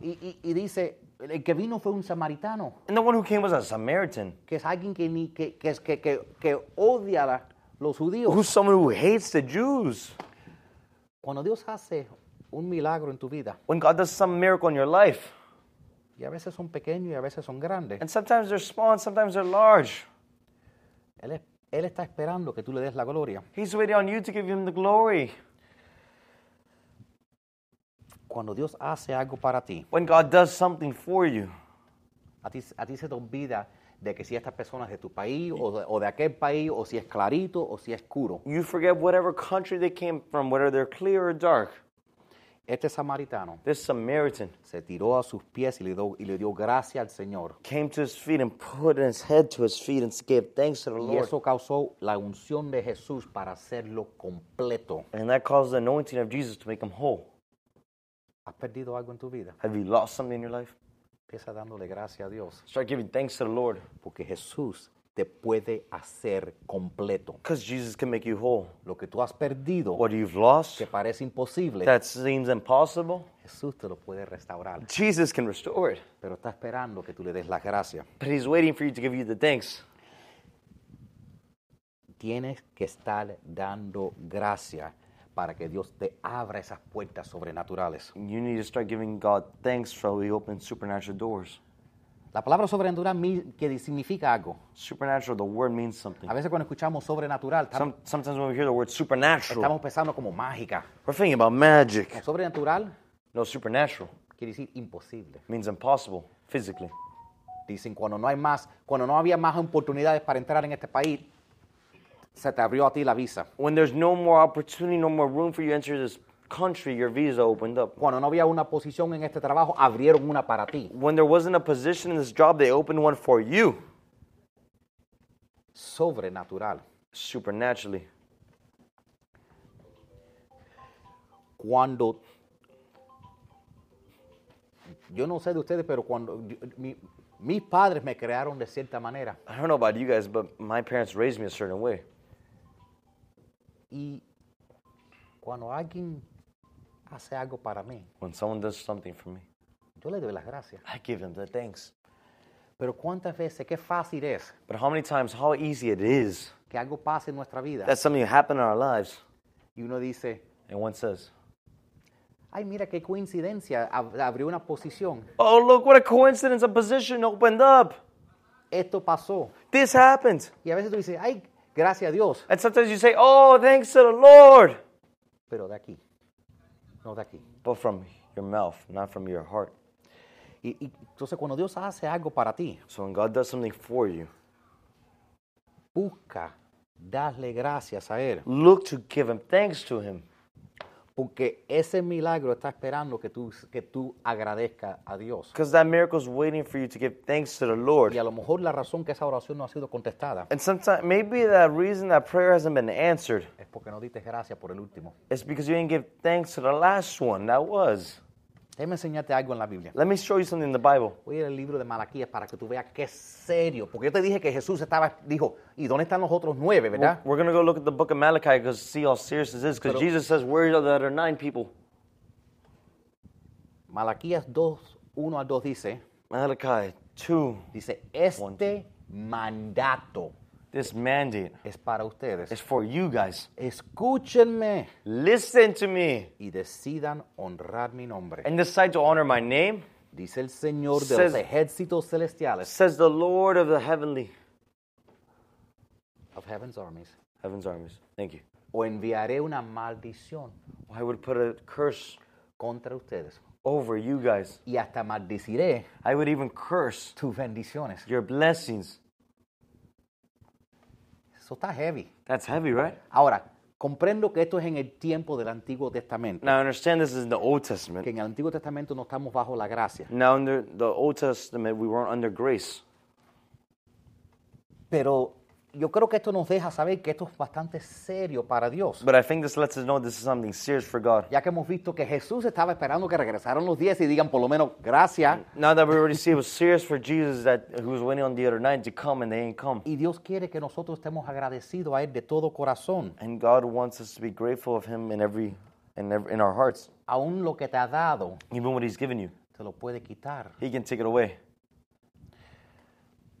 B: Y, y- y dice, el que vino fue un samaritano,
A: And the one who came was a Samaritan,
B: que es alguien que, ni- que, que, es- que- que- que odia a la- los judíos.
A: who's someone who hates the Jews.
B: Cuando Dios hace un milagro en tu vida,
A: When God does some miracle in your life,
B: y a veces son pequeños y a veces son grandes,
A: and sometimes they're small and sometimes they're large,
B: él, es- él está esperando que tú le des la gloria.
A: He's waiting on you to give him the glory.
B: Cuando Dios hace algo para ti,
A: When God does something for you,
B: A ti, a ti se te olvida de que si esta persona es de tu país o de, o de aquel país, o si es clarito o si es oscuro.
A: you forget whatever country they came from, whether they're clear or dark.
B: Este samaritano
A: This Samaritan
B: se tiró a sus pies y le, dio- y le dio gracia al Señor.
A: came to his feet and put his head to his feet and gave thanks to the
B: Y
A: Lord.
B: eso causó la unción de Jesús para hacerlo completo.
A: And that caused the anointing of Jesus to make him whole.
B: ¿Has perdido algo en tu vida?
A: Have you lost something in your life?
B: Empieza dándole gracias a Dios,
A: Start giving thanks to the Lord
B: porque Jesús te puede hacer completo.
A: because Jesus can make you whole.
B: Lo que tú has perdido,
A: What you've lost
B: que parece imposible,
A: that seems impossible,
B: Jesús te lo puede restaurar.
A: Jesus can restore it.
B: Pero está esperando que tú le des las gracias.
A: But He's waiting for you to give you the thanks.
B: Tienes que estar dando gracias para que Dios te abra esas puertas sobrenaturales.
A: You need to start giving God thanks for He opens supernatural doors.
B: La palabra sobrenatural mi- que significa algo.
A: Supernatural, the word means something.
B: A veces cuando escuchamos sobrenatural, tam-
A: Some, sometimes when we hear the word supernatural,
B: estamos pensando como mágica.
A: we're thinking about magic.
B: No, sobrenatural
A: No, supernatural
B: quiere decir imposible.
A: means impossible physically.
B: Dicen cuando no hay más, cuando no había más oportunidades para entrar en este país, se te abrió a ti la visa.
A: When there's no more opportunity, no more room for you to enter this country, your visa opened up.
B: Cuando no había una posición en este trabajo, abrieron una para ti.
A: When there wasn't a position in this job, they opened one for you
B: Sobrenatural.
A: supernaturally.
B: Cuando yo no sé de ustedes, pero cuando yo- mi- mis padres me crearon de cierta manera
A: I don't know about you guys, but my parents raised me a certain way.
B: y cuando alguien hace algo para mí,
A: When someone does something for me,
B: yo le doy las gracias.
A: I give them the thanks.
B: Pero cuántas veces, qué fácil es
A: But how many times, how easy it is
B: que algo pase en nuestra vida
A: that something happened in our lives,
B: y uno dice,
A: and one says,
B: ay, mira qué coincidencia, ab- abrió una posición,
A: Oh, look, what a coincidence, a position opened up.
B: esto pasó.
A: This happened.
B: Y a veces tú dices, ay, gracias a Dios,
A: And sometimes you say, Oh, thanks to the Lord.
B: pero de aquí, no de aquí.
A: But from your mouth, not from your heart.
B: Y, y entonces cuando Dios hace algo para ti,
A: So when God does something for you,
B: busca darle gracias a Él,
A: look to give Him thanks to Him.
B: porque ese milagro está esperando que tú, que tú agradezcas a Dios.
A: Because that miracle is waiting for you to give thanks to the Lord.
B: Y a lo mejor la razón que esa oración no ha sido contestada
A: And sometimes, maybe the reason that prayer hasn't been answered
B: es porque no diste gracias por el último.
A: is because you didn't give thanks to the last one that was.
B: Déjame enseñarte algo en la Biblia.
A: Let me show you something in the Bible.
B: Voy a ir al libro de Malaquías para que tú veas qué serio. Porque yo te dije que Jesús estaba, dijo, ¿y dónde están los otros nueve, verdad?
A: We're going to go look at the book of Malachi because see how serious this is. Because Jesus says, Where are the other nine people?
B: Malaquías 2, 1 al 2 dice,
A: Malachi 2.
B: dice, este mandato
A: This mandate
B: es para
A: is
B: ustedes.
A: for you guys.
B: Escúchenme
A: Listen to me
B: y decidan honrar mi nombre.
A: and decide to honor my name,
B: Dice el Señor de
A: Says-
B: los ejércitos celestiales,
A: says the Lord of the heavenly
B: of heaven's armies,
A: heaven's armies. Thank you.
B: o enviaré una maldición
A: I would put a curse
B: contra ustedes
A: over you guys.
B: y hasta maldeciré
A: I would even curse
B: tus bendiciones.
A: your blessings.
B: Eso está heavy.
A: That's heavy, right?
B: Ahora, comprendo que esto es en el tiempo del Antiguo Testamento,
A: Now, understand this is in the Old
B: que
A: Testament.
B: en el Antiguo Testamento no estamos bajo la gracia,
A: Now, in the, the Old Testament, we weren't under grace.
B: pero yo creo que esto nos deja saber que esto es bastante serio para Dios,
A: But I think this lets us know this is something serious for God.
B: ya que hemos visto que Jesús estaba esperando que regresaran los diez y digan por lo menos gracias,
A: Now that we already see it was serious for Jesus that who was waiting on the other nine to come and they ain't come.
B: y Dios quiere que nosotros estemos agradecidos a Él de todo corazón,
A: And God wants us to be grateful of Him in every, in every, in our hearts.
B: aún lo que te ha dado
A: Even what He's given you,
B: te lo puede quitar,
A: He can take it away.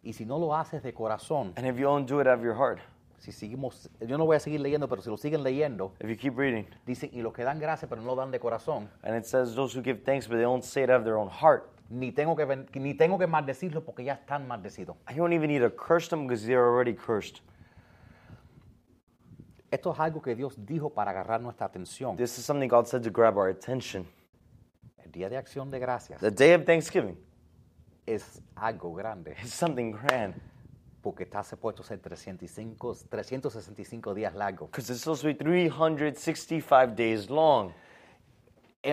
B: y si no lo haces de corazón,
A: And if you don't do it out of your heart,
B: si seguimos, yo no voy a seguir leyendo, pero si lo siguen leyendo,
A: if you keep reading,
B: dicen, y los que dan gracias pero no lo dan de corazón,
A: and it says those who give thanks but they don't say it out of their own heart,
B: ni tengo que, ben- ni tengo que maldecirlos porque ya están maldecidos.
A: I don't even need to curse them because they're already cursed.
B: Esto es algo que Dios dijo para agarrar nuestra atención.
A: This is something God said to grab our attention.
B: El día de acción de gracias
A: The day of Thanksgiving
B: es algo grande
A: is something grand
B: porque está supuesto a ser 305, 365 días largo.
A: because it's supposed to be 365 days long.
B: Eh,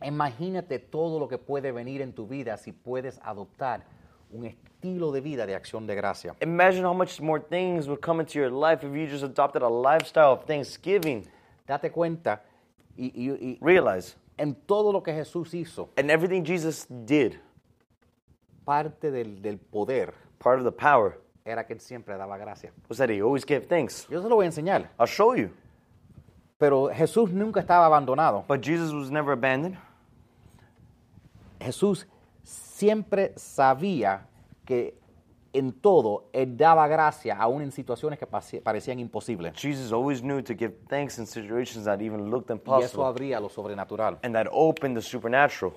B: eh, imagínate todo lo que puede venir en tu vida si puedes adoptar un estilo de vida de acción de gracia.
A: Imagine how much more things would come into your life if you just adopted a lifestyle of Thanksgiving.
B: Date cuenta y, y- y
A: Realize
B: en todo lo que Jesús hizo.
A: And everything Jesus did,
B: Parte del, del poder
A: part of the power,
B: era que él siempre daba gracias.
A: was that he always gave thanks.
B: Yo se lo voy a enseñar.
A: I'll show you.
B: Pero Jesús nunca estaba abandonado.
A: But Jesus was never abandoned.
B: Jesús siempre sabía que en todo él daba gracia, aún en situaciones que pase- parecían imposibles.
A: Jesus always knew to give thanks in situations that even looked
B: Y eso
A: impossible
B: abría lo sobrenatural.
A: and that opened the supernatural.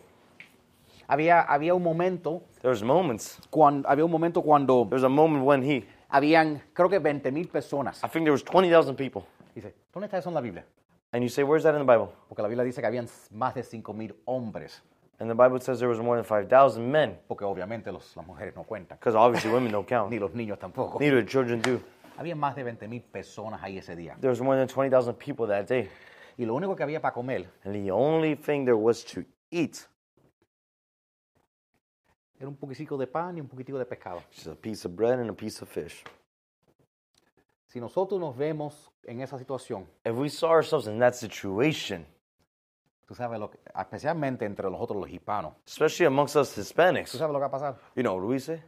B: Había, había un momento
A: There was moments.
B: cuando había un momento cuando
A: There was a moment when he,
B: habían creo que 20 mil personas.
A: I think there was 20,000 people.
B: Dice, ¿dónde está eso en la Biblia?
A: And you say, where's that in the Bible?
B: Porque la Biblia dice que habían más de 5 mil hombres,
A: And the Bible says there was more than 5,000 men
B: porque obviamente los- las mujeres no cuentan,
A: because obviously women don't count.
B: ni los niños tampoco.
A: Neither do children do.
B: Había más de 20 mil personas ahí ese día.
A: There was more than 20,000 people that day.
B: Y lo único que había para comer
A: And the only thing there was to eat
B: era un poquitico de pan y un poquitico de pescado.
A: was a piece of bread and a piece of fish.
B: Si nosotros nos vemos en esa situación,
A: If we saw ourselves in that situation,
B: tú sabes lo que- especialmente entre nosotros los hispanos,
A: especially amongst us
B: tú
A: Hispanics,
B: sabes lo que va a pasar.
A: you know what we say?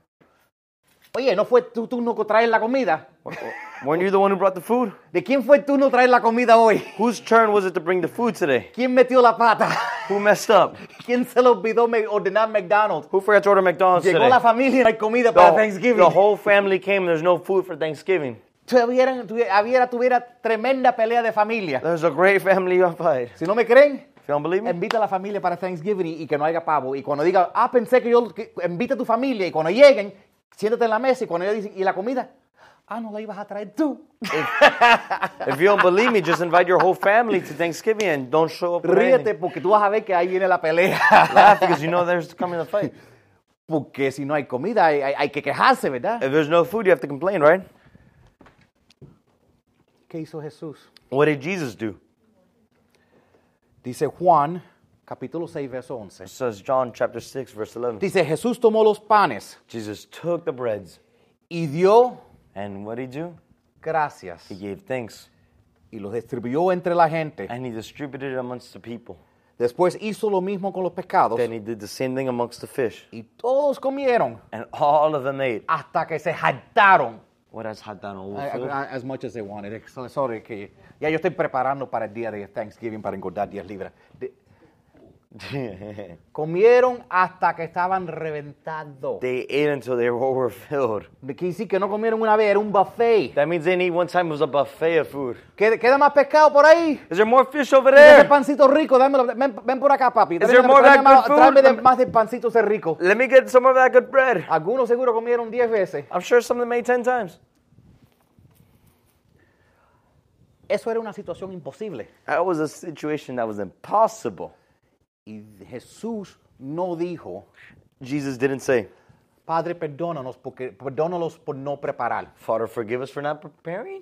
B: Oye, ¿no fue tu turno que traer la comida?
A: Weren't you the one who brought the food?
B: ¿De quién fue el turno traer la comida hoy?
A: Whose turn was it to bring the food today?
B: ¿Quién metió la pata?
A: Who messed up?
B: ¿Quién se le olvidó me- ordenar McDonald's?
A: Who forgot to order McDonald's
B: Llegó
A: today?
B: la familia y no hay comida
A: The,
B: para
A: whole-
B: Thanksgiving.
A: the whole family came and there's no food for Thanksgiving.
B: Tuvieran- tuvi- hubiera- tuviera tremenda pelea de familia.
A: There's a great family fight.
B: Si no me creen,
A: If you don't believe me,
B: invita a la familia para Thanksgiving y que no haya pavo. Y cuando diga, ah, pensé que yo, que- invita a tu familia. Y cuando lleguen, siéntate en la mesa y cuando ellos dicen, ¿y la comida? Ah, no la ibas a traer tú.
A: if you don't believe me, just invite your whole family to Thanksgiving and don't show up. with
B: Ríete
A: anything.
B: porque tú vas a ver que ahí viene la pelea.
A: Laugh because you know there's coming a fight.
B: Porque si no hay comida, hay, hay- hay que quejarse, ¿verdad?
A: If there's no food, you have to complain, right?
B: ¿Qué hizo Jesús?
A: What did Jesus do?
B: Dice Juan, capítulo 6, verso 11.
A: It says John chapter 6, verse 11.
B: Dice, Jesús tomó los panes
A: Jesus took the breads.
B: y dio
A: And what did he do?
B: gracias
A: He gave thanks.
B: y los distribuyó entre la gente.
A: And he distributed it amongst the people.
B: Después hizo lo mismo con los pescados
A: Then he did the same thing amongst the fish.
B: y todos comieron
A: And all of them ate.
B: hasta que se hartaron.
A: What has Hadan
B: I-
A: overfilled?
B: I- As much as they wanted. So- Sorry que ya yo estoy preparando para el día de Thanksgiving para engordar 10 libras. De- comieron hasta que estaban reventados.
A: They ate until they were overfilled.
B: De que sí que no comieron una vez, era un buffet.
A: That means they didn't eat one time. It was a buffet of food.
B: ¿Queda, queda más pescado por ahí?
A: Is there more fish over
B: Ese
A: there?
B: pancito rico, dámelo. Ven, ven por acá, papi.
A: there more that
B: tráeme más-
A: good food?
B: tráeme de- más de pancito ese rico.
A: Let me get some of that good bread.
B: Algunos seguro comieron 10 veces.
A: I'm sure some of them ate 10 times.
B: Eso era una situación imposible.
A: That was a situation that was impossible.
B: Y Jesús no dijo,
A: Jesus didn't say,
B: Padre, perdónanos porque perdónalos por no preparar.
A: Father, forgive us for not preparing.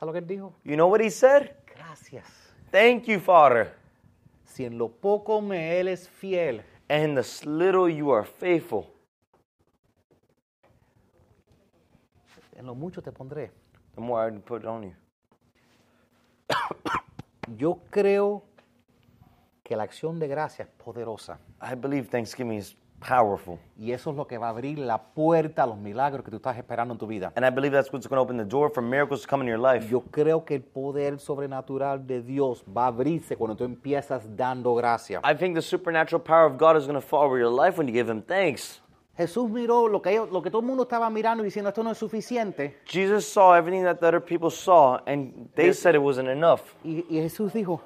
B: ¿Sabes lo que él dijo?
A: You know what he said?
B: Gracias.
A: Thank you, Father.
B: Si en lo poco me él es fiel,
A: And in this little you are faithful,
B: en lo mucho te pondré.
A: the more I would put on you.
B: Yo creo que la acción de gracia es poderosa.
A: I believe Thanksgiving is powerful.
B: Y eso es lo que va a abrir la puerta a los milagros que tú estás esperando en tu vida.
A: And I believe that's what's going to open the door for miracles to come in your life.
B: Yo creo que el poder sobrenatural de Dios va a abrirse cuando tú empiezas dando gracia.
A: I think the supernatural power of God is going to fall over your life when you give Him thanks.
B: Jesús miró lo que, ellos- lo que todo el mundo estaba mirando y diciendo, esto no es suficiente.
A: Jesus saw everything that the other people saw, and they said it wasn't enough.
B: Y, y Jesús dijo,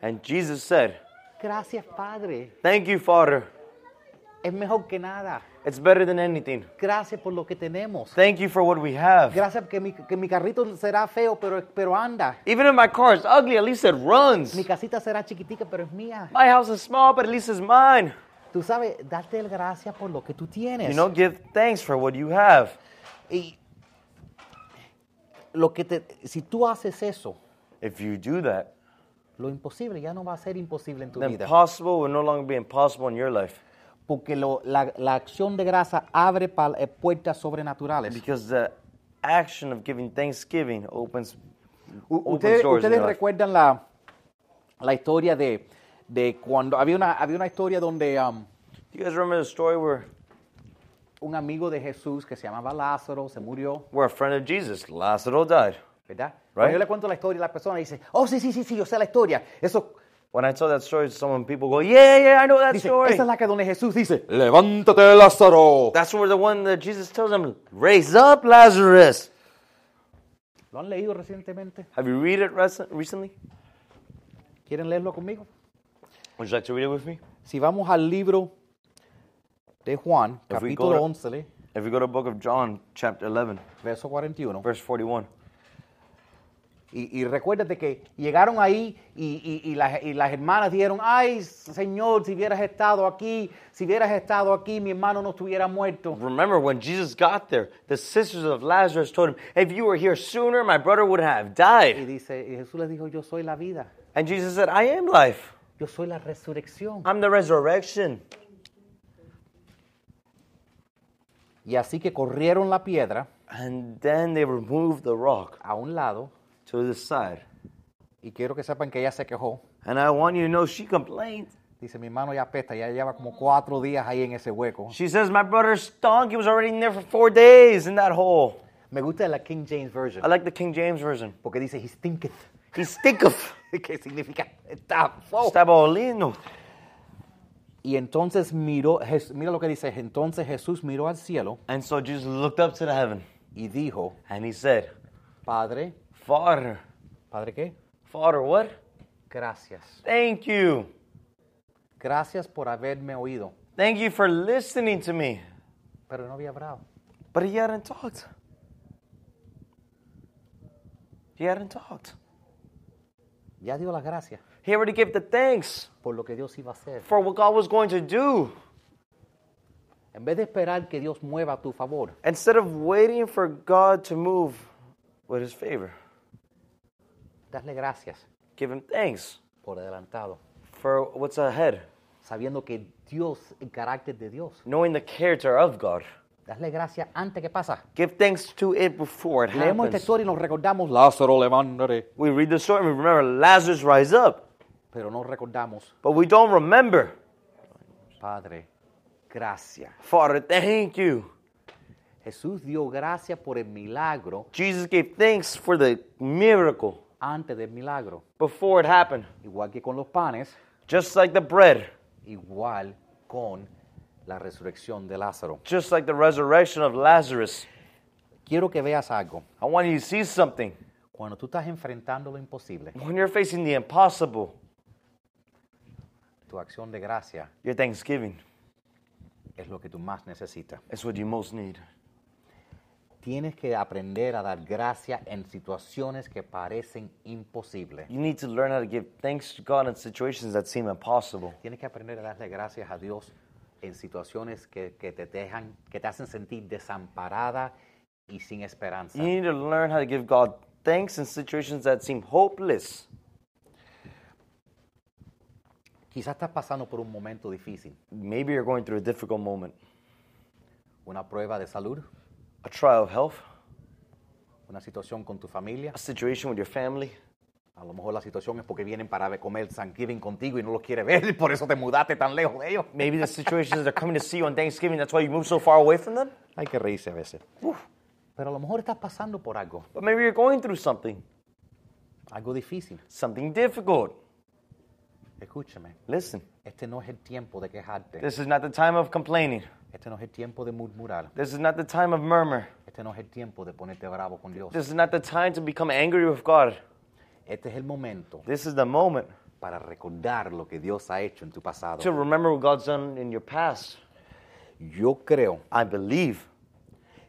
A: And Jesus said,
B: gracias Padre,
A: Thank you, Father.
B: es mejor que nada.
A: It's better than anything.
B: Gracias por lo que tenemos.
A: Thank you for what we have.
B: Gracias que mi, que mi carrito será feo, pero, pero anda.
A: Even if my car is ugly, at least it runs.
B: Mi casita será chiquitica, pero es mía.
A: My house is small, but at least it's mine.
B: Tú sabes, darte el gracias por lo que tú tienes.
A: You know, give thanks for what you have.
B: Y lo que te, si tú haces eso,
A: If you do that,
B: lo imposible ya no va a ser imposible en tu
A: the
B: vida.
A: impossible will no longer be impossible in your life.
B: Porque lo- la, la acción de gracia abre pa- eh, puertas sobrenaturales.
A: Because the action of giving thanksgiving opens,
B: U-
A: opens
B: ustedes
A: doors in
B: ustedes
A: your life.
B: recuerdan la, la historia de, de cuando había una, había una historia donde um,
A: Do you guys remember the story where,
B: un amigo de Jesús que se llamaba Lázaro se murió,
A: where a friend of Jesus, Lazarus, died?
B: ¿verdad? Cuando
A: Right.
B: yo le cuento la historia a la persona dice, oh, sí, sí, sí, sí, yo sé la historia. Eso
A: When I tell that story to someone, people go, "Yeah, yeah, I know that
B: dice,
A: story."
B: esa es la que donde Jesús dice, levántate Lázaro.
A: That's where the one that Jesus tells them, "Raise up, Lazarus."
B: ¿Lo han leído recientemente?
A: Have you read it recent- recently?
B: ¿Quieren leerlo conmigo?
A: Would you like to read it with me?
B: Si vamos al libro de Juan,
A: If we go
B: capítulo
A: to-
B: 11,
A: If we go to Book of John, chapter 11,
B: verso 41,
A: verse 41.
B: y, y recuérdate que llegaron ahí y, y- y las, y las hermanas dijeron, ay, Señor, si hubieras estado aquí, si hubieras estado aquí, mi hermano no estuviera muerto.
A: Remember when Jesus got there, the sisters of Lazarus told him, If you were here sooner, my brother would have
B: Y
A: died.
B: dice, y Jesús les dijo, yo soy la vida,
A: And Jesus said, I am life.
B: yo soy la resurrección.
A: I'm the resurrection.
B: Y así que corrieron la piedra
A: And then they removed the rock
B: a un lado,
A: to the side.
B: y quiero que sepan que ella se quejó.
A: And I want you to know she complained.
B: Dice, mi hermano ya apesta, ya lleva como cuatro días ahí en ese hueco.
A: She says, My brother stunk. He was already in there for four days in that hole.
B: Me gusta la King James Version,
A: I like the King James Version.
B: porque dice, he stinketh.
A: He stinketh.
B: ¿Qué significa? Está fo-
A: Estaba oliendo.
B: Y entonces miró, Jes- mira lo que dice, entonces Jesús miró al cielo
A: And so Jesus looked up to the heaven
B: y dijo,
A: and he said,
B: Padre,
A: Father,
B: ¿Padre qué?
A: Father, what?
B: Gracias.
A: Thank you.
B: Gracias por haberme oído.
A: Thank you for listening to me.
B: Pero no había hablado.
A: But he hadn't talked. He hadn't talked.
B: Ya dio las gracias
A: He already gave the thanks
B: por lo que Dios iba a hacer.
A: for what God was going to do.
B: En vez de esperar que Dios mueva a tu favor,
A: Instead of waiting for God to move with his favor,
B: darle gracias
A: give him thanks
B: por adelantado,
A: for what's ahead,
B: sabiendo que Dios, el carácter de Dios,
A: knowing the character of God.
B: darle gracias antes que pasa.
A: Give thanks to it before it
B: Leemos esta
A: happens.
B: historia y nos recordamos, Lázaro, levántate.
A: We read the story and we remember Lazarus rise up,
B: Pero no recordamos,
A: but we don't remember.
B: Padre, gracias.
A: Father, thank you.
B: Jesús dio gracias por el milagro
A: Jesus gave thanks for the miracle
B: antes del milagro.
A: before it happened.
B: Igual que con los panes,
A: Just like the bread,
B: igual con la resurrección de Lázaro.
A: just like the resurrection of Lazarus.
B: Quiero que veas algo.
A: I want you to see something.
B: Cuando tú estás enfrentando lo imposible,
A: When you're facing the impossible,
B: tu acción de gracia
A: your thanksgiving
B: es lo que tú más necesitas.
A: is what you most need.
B: Tienes que aprender a dar gracia en situaciones que parecen imposibles.
A: You need to learn how to give thanks to God in situations that seem impossible.
B: Tienes que aprender a darle gracias a Dios en situaciones que, que te dejan, que te hacen sentir desamparada y sin esperanza.
A: You need to learn how to give God thanks in situations that seem hopeless.
B: Quizás estás pasando por un momento difícil,
A: Maybe you're going through a difficult moment,
B: una prueba de salud,
A: a trial of health,
B: una situación con tu familia.
A: a situation with your family.
B: A lo mejor la situación es porque vienen para comer Thanksgiving contigo y no los quieres ver, por eso te mudaste tan lejos de ellos.
A: Maybe the situation is they're coming to see you on Thanksgiving, that's why you move so far away from them.
B: Hay que reírse a veces. Pero a lo mejor estás pasando por algo,
A: But maybe you're going through something,
B: algo difícil.
A: something difficult.
B: Escúchame,
A: Listen,
B: este no es el tiempo de quejarte,
A: this is not the time of complaining.
B: este no es el tiempo de murmurar,
A: This is not the time of murmur.
B: este no es el tiempo de ponerte bravo con Dios.
A: This is not the time to become angry with God.
B: Este es el momento
A: This is the moment
B: para recordar lo que Dios ha hecho en tu pasado.
A: to remember what God's done in your past.
B: Yo creo
A: I believe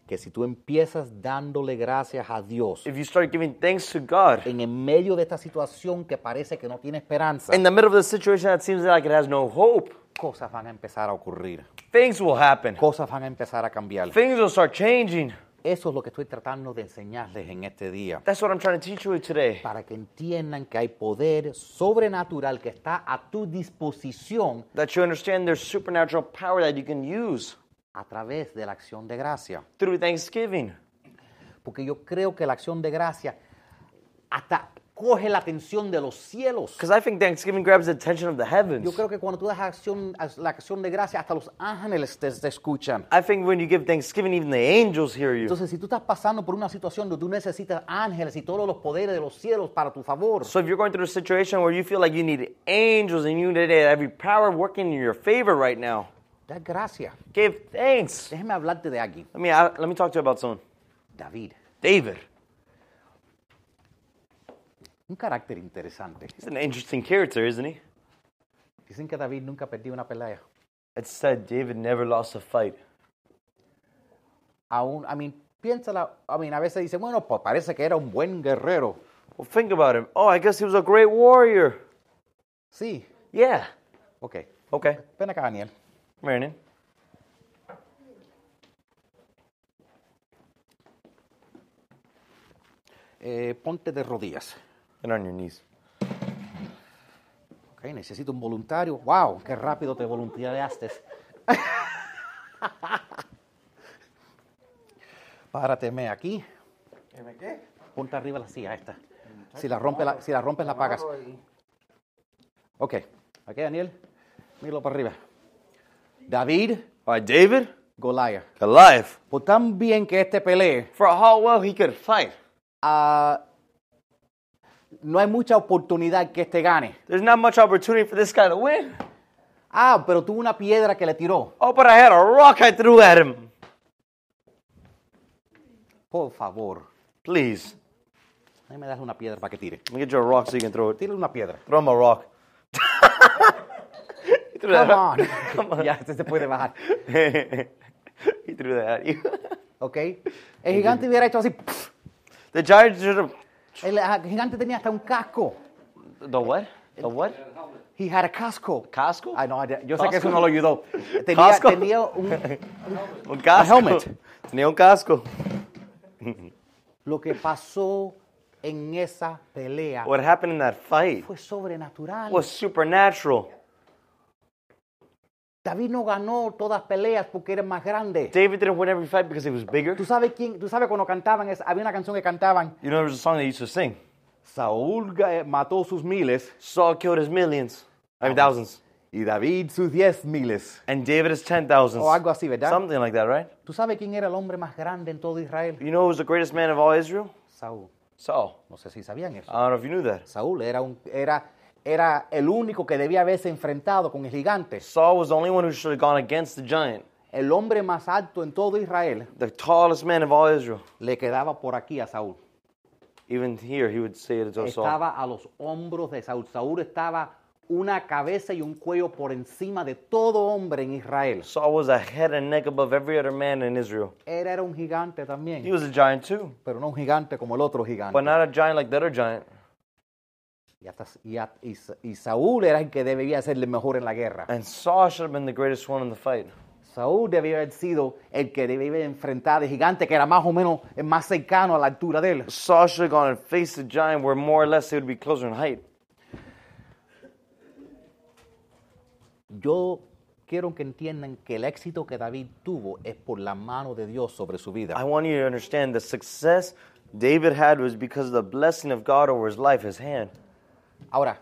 B: que si tú empiezas dándole gracias a Dios
A: if you start giving thanks to God
B: en el medio de esta situación que parece que no tiene esperanza,
A: in the middle of the situation that seems like it has no hope,
B: cosas van a empezar a ocurrir.
A: things will happen.
B: Cosas van a empezar a cambiar.
A: Things will start changing.
B: Eso es lo que estoy tratando de enseñarles en este día.
A: That's what I'm trying to teach you today.
B: Para que entiendan que hay poder sobrenatural que está a tu disposición
A: That you understand there's supernatural power that you can use
B: a través de la acción de gracia.
A: through thanksgiving.
B: Porque yo creo que la acción de gracia, hasta coge la atención de los cielos.
A: Because I think Thanksgiving grabs the attention of the heavens.
B: Yo creo que cuando tú das acción, as- la acción de gracia, hasta los ángeles te, te escuchan.
A: I think when you give Thanksgiving, even the angels hear you.
B: Entonces, si tú estás pasando por una situación donde tú necesitas ángeles y todos los poderes de los cielos para tu favor,
A: So if you're going through a situation where you feel like you need angels and you need every power working in your favor right now,
B: da gracia.
A: give thanks.
B: Déjeme hablarte de aquí.
A: Let me I, let me talk to you about someone.
B: David,
A: David.
B: un carácter interesante.
A: He's an interesting character, isn't he?
B: Dicen que David nunca perdió una pelea.
A: It's said David never lost a fight.
B: Aún, a mí, piénsala, a mí, a veces dicen, bueno, pues parece que era un buen guerrero.
A: Well, think about him. Oh, I guess he was a great warrior.
B: Sí,
A: Yeah.
B: ok.
A: Okay.
B: Ven acá, Daniel.
A: Marion.
B: Eh, ponte de rodillas.
A: And on your knees.
B: Ok, necesito un voluntario. ¡Wow! ¡Qué rápido te voluntariaste! Párateme aquí. Ponte arriba la silla esta. Si la rompes, la, si la, rompes, la pagas. Ok. Ok, Daniel. Míralo para arriba. David
A: All right, David.
B: Goliath.
A: Goliath.
B: Por tan bien que este pelee,
A: For how well he could fight.
B: ah, no hay mucha oportunidad que este gane.
A: There's not much opportunity for this guy to win.
B: Ah, pero tuvo una piedra que le tiró.
A: Oh, but I had a rock I threw at him.
B: Por favor.
A: Please.
B: Déjame darle una piedra para que tire.
A: Let me get you a rock so you can throw it.
B: Tírale una piedra.
A: Throw him a rock. he threw that
B: Come
A: out.
B: on. ya, este se puede bajar.
A: he threw that at you.
B: ¿Ok? El gigante hubiera hecho así. pff.
A: the giant should have.
B: El ah, gigante tenía hasta un casco.
A: The what? The what?
B: He had a casco.
A: Casco?
B: Ay, no, yo sé
A: Casco.
B: que eso no lo ayudó. Tenía,
A: Casco.
B: tenía un-
A: Un casco.
B: helmet.
A: Tenía un casco.
B: Lo que pasó en esa pelea
A: What happened in that fight
B: fue sobrenatural.
A: was supernatural.
B: David no ganó todas las peleas porque era más grande.
A: David didn't win every fight because he was bigger.
B: ¿Tú sabes quién? ¿Tú sabes cuando cantaban? esa- había una canción que cantaban.
A: You know, there was a song they used to sing.
B: Saúl ga- eh, mató sus miles
A: Saul killed his millions. I mean, thousands.
B: y David sus diez miles.
A: And David is ten thousands.
B: O algo así, ¿verdad?
A: Something like that, right?
B: ¿Tú sabes quién era el hombre más grande en todo Israel?
A: You know who was the greatest man of all Israel?
B: Saúl.
A: Saul.
B: No sé si sabían eso.
A: I don't know if you knew that.
B: Saúl era, un, era, era el único que debía haberse enfrentado con el gigante.
A: Saul was the only one who should have gone against the giant.
B: El hombre más alto en todo Israel
A: The tallest man of all Israel.
B: le quedaba por aquí a Saúl.
A: Even here, he would say it to Saul.
B: Estaba a los hombros de Saúl. Saúl estaba una cabeza y un cuello por encima de todo hombre en Israel.
A: Saul was a head and neck above every other man in Israel.
B: Él era un gigante
A: He
B: también,
A: was a giant too,
B: pero no un gigante como el otro
A: but
B: gigante.
A: not a giant like the other giant.
B: Y, hasta- y a- y Sa- y Saúl era el que debía ser el mejor en la guerra.
A: And Saul should have been the greatest one in the fight.
B: Saúl debía haber sido el que debía haber enfrentado al gigante, que era más o menos el más cercano a la altura de él.
A: Saul should have gone and faced the giant where more or less they would be closer in height.
B: Yo quiero que entiendan que el éxito que David tuvo es por la mano de Dios sobre su
A: I
B: vida.
A: want you to understand the success David had was because of the blessing of God over his life, his hand.
B: Ahora,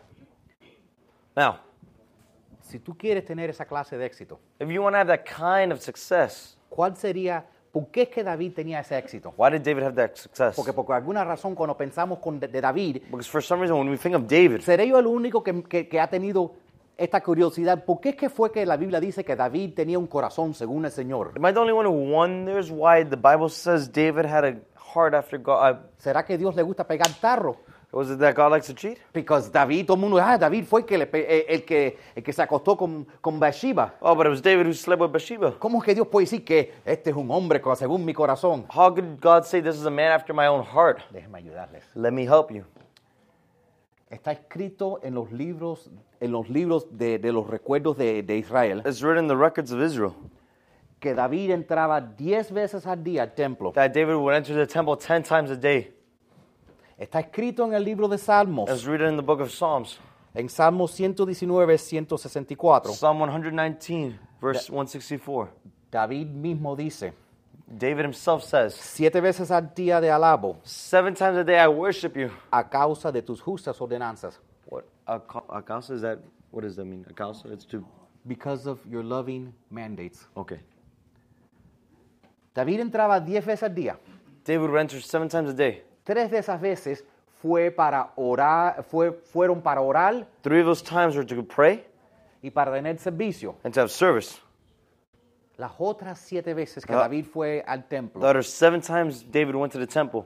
A: Now,
B: si tú quieres tener esa clase de éxito,
A: if you want to have that kind of success,
B: ¿cuál sería, por qué es que David tenía ese éxito?
A: why did David have that success?
B: Porque por alguna razón cuando pensamos con de, de David,
A: Because for some reason, when we think of David,
B: ¿seré yo el único que, que- que ha tenido esta curiosidad? ¿Por qué es que fue que la Biblia dice que David tenía un corazón según el Señor?
A: Am I the only one who wonders why the Bible says David had a heart after God? Uh,
B: ¿Será que Dios le gusta pegar tarro?
A: was it that God likes to cheat?
B: Because David, todo el mundo, ah, David fue el que, le pe- eh, el que, el que se acostó con, con Bathsheba.
A: Oh, but it was David who slept with Bathsheba.
B: ¿Cómo es que Dios puede decir que este es un hombre co- según mi corazón?
A: How could God say this is a man after my own heart?
B: Déjenme ayudarles.
A: Let me help you.
B: Está escrito en los libros, en los libros de, de los recuerdos de, de Israel
A: It's written in the records of Israel
B: que David entraba diez veces al día al templo.
A: that David would enter the temple 10 times a day.
B: Está escrito en el libro de Salmos,
A: It's written in the book of Psalms,
B: en Salmos 119, 164.
A: Psalm 119, verse 164.
B: David mismo dice,
A: David himself says,
B: Siete veces al día de alabo
A: Seven times a day I worship you.
B: a causa de tus justas ordenanzas.
A: What a, co- a counsel is that? What does that mean? A counsel? It's to.
B: Because of your loving mandates.
A: Okay.
B: David entraba diez veces al día.
A: David would enter seven times a day.
B: Tres de esas veces fue para orar, fue, fueron para orar
A: Three of those times were to pray
B: y para tener servicio.
A: and to have service.
B: Las otras siete veces que
A: Ah.
B: David fue al templo,
A: The other seven times David went to the temple.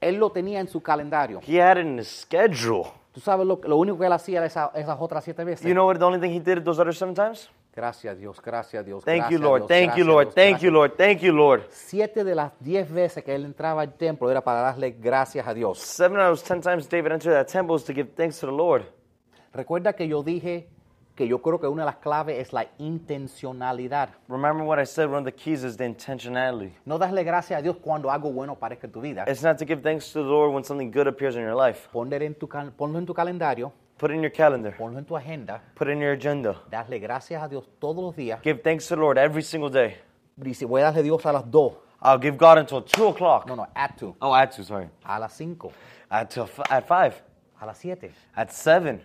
B: él lo tenía en su calendario.
A: He had it in his schedule.
B: Tú sabes lo, lo único que él hacía esa- esas otras siete veces.
A: You know what? The only thing he did those other seven times?
B: gracias Dios, gracias Dios.
A: Thank you,
B: gracias
A: Lord.
B: Dios,
A: Thank you,
B: gracias
A: Lord.
B: Dios,
A: Thank you,
B: gracias.
A: Lord. Thank you, Lord.
B: Siete de las diez veces que él entraba al templo era para darle gracias a Dios.
A: Seven out of those ten times David entered that temple was to give thanks to the Lord.
B: Recuerda que yo dije que yo creo que una de las claves es la intencionalidad.
A: Remember what I said, one of the keys is the intentionality.
B: No darle gracias a Dios cuando algo bueno parezca en tu vida.
A: It's not to give thanks to the Lord when something good appears in your life.
B: Poner en tu cal- ponlo en tu calendario,
A: Put it in your calendar.
B: ponlo en tu agenda,
A: Put it in your agenda.
B: darle gracias a Dios todos los días.
A: Give thanks to the Lord every single day.
B: Y si voy a darle Dios a las dos,
A: I'll give God until 2 o'clock.
B: no, no, at two,
A: Oh, at 2, sorry.
B: a las cinco,
A: At, till f- at 5.
B: a las siete,
A: At 7.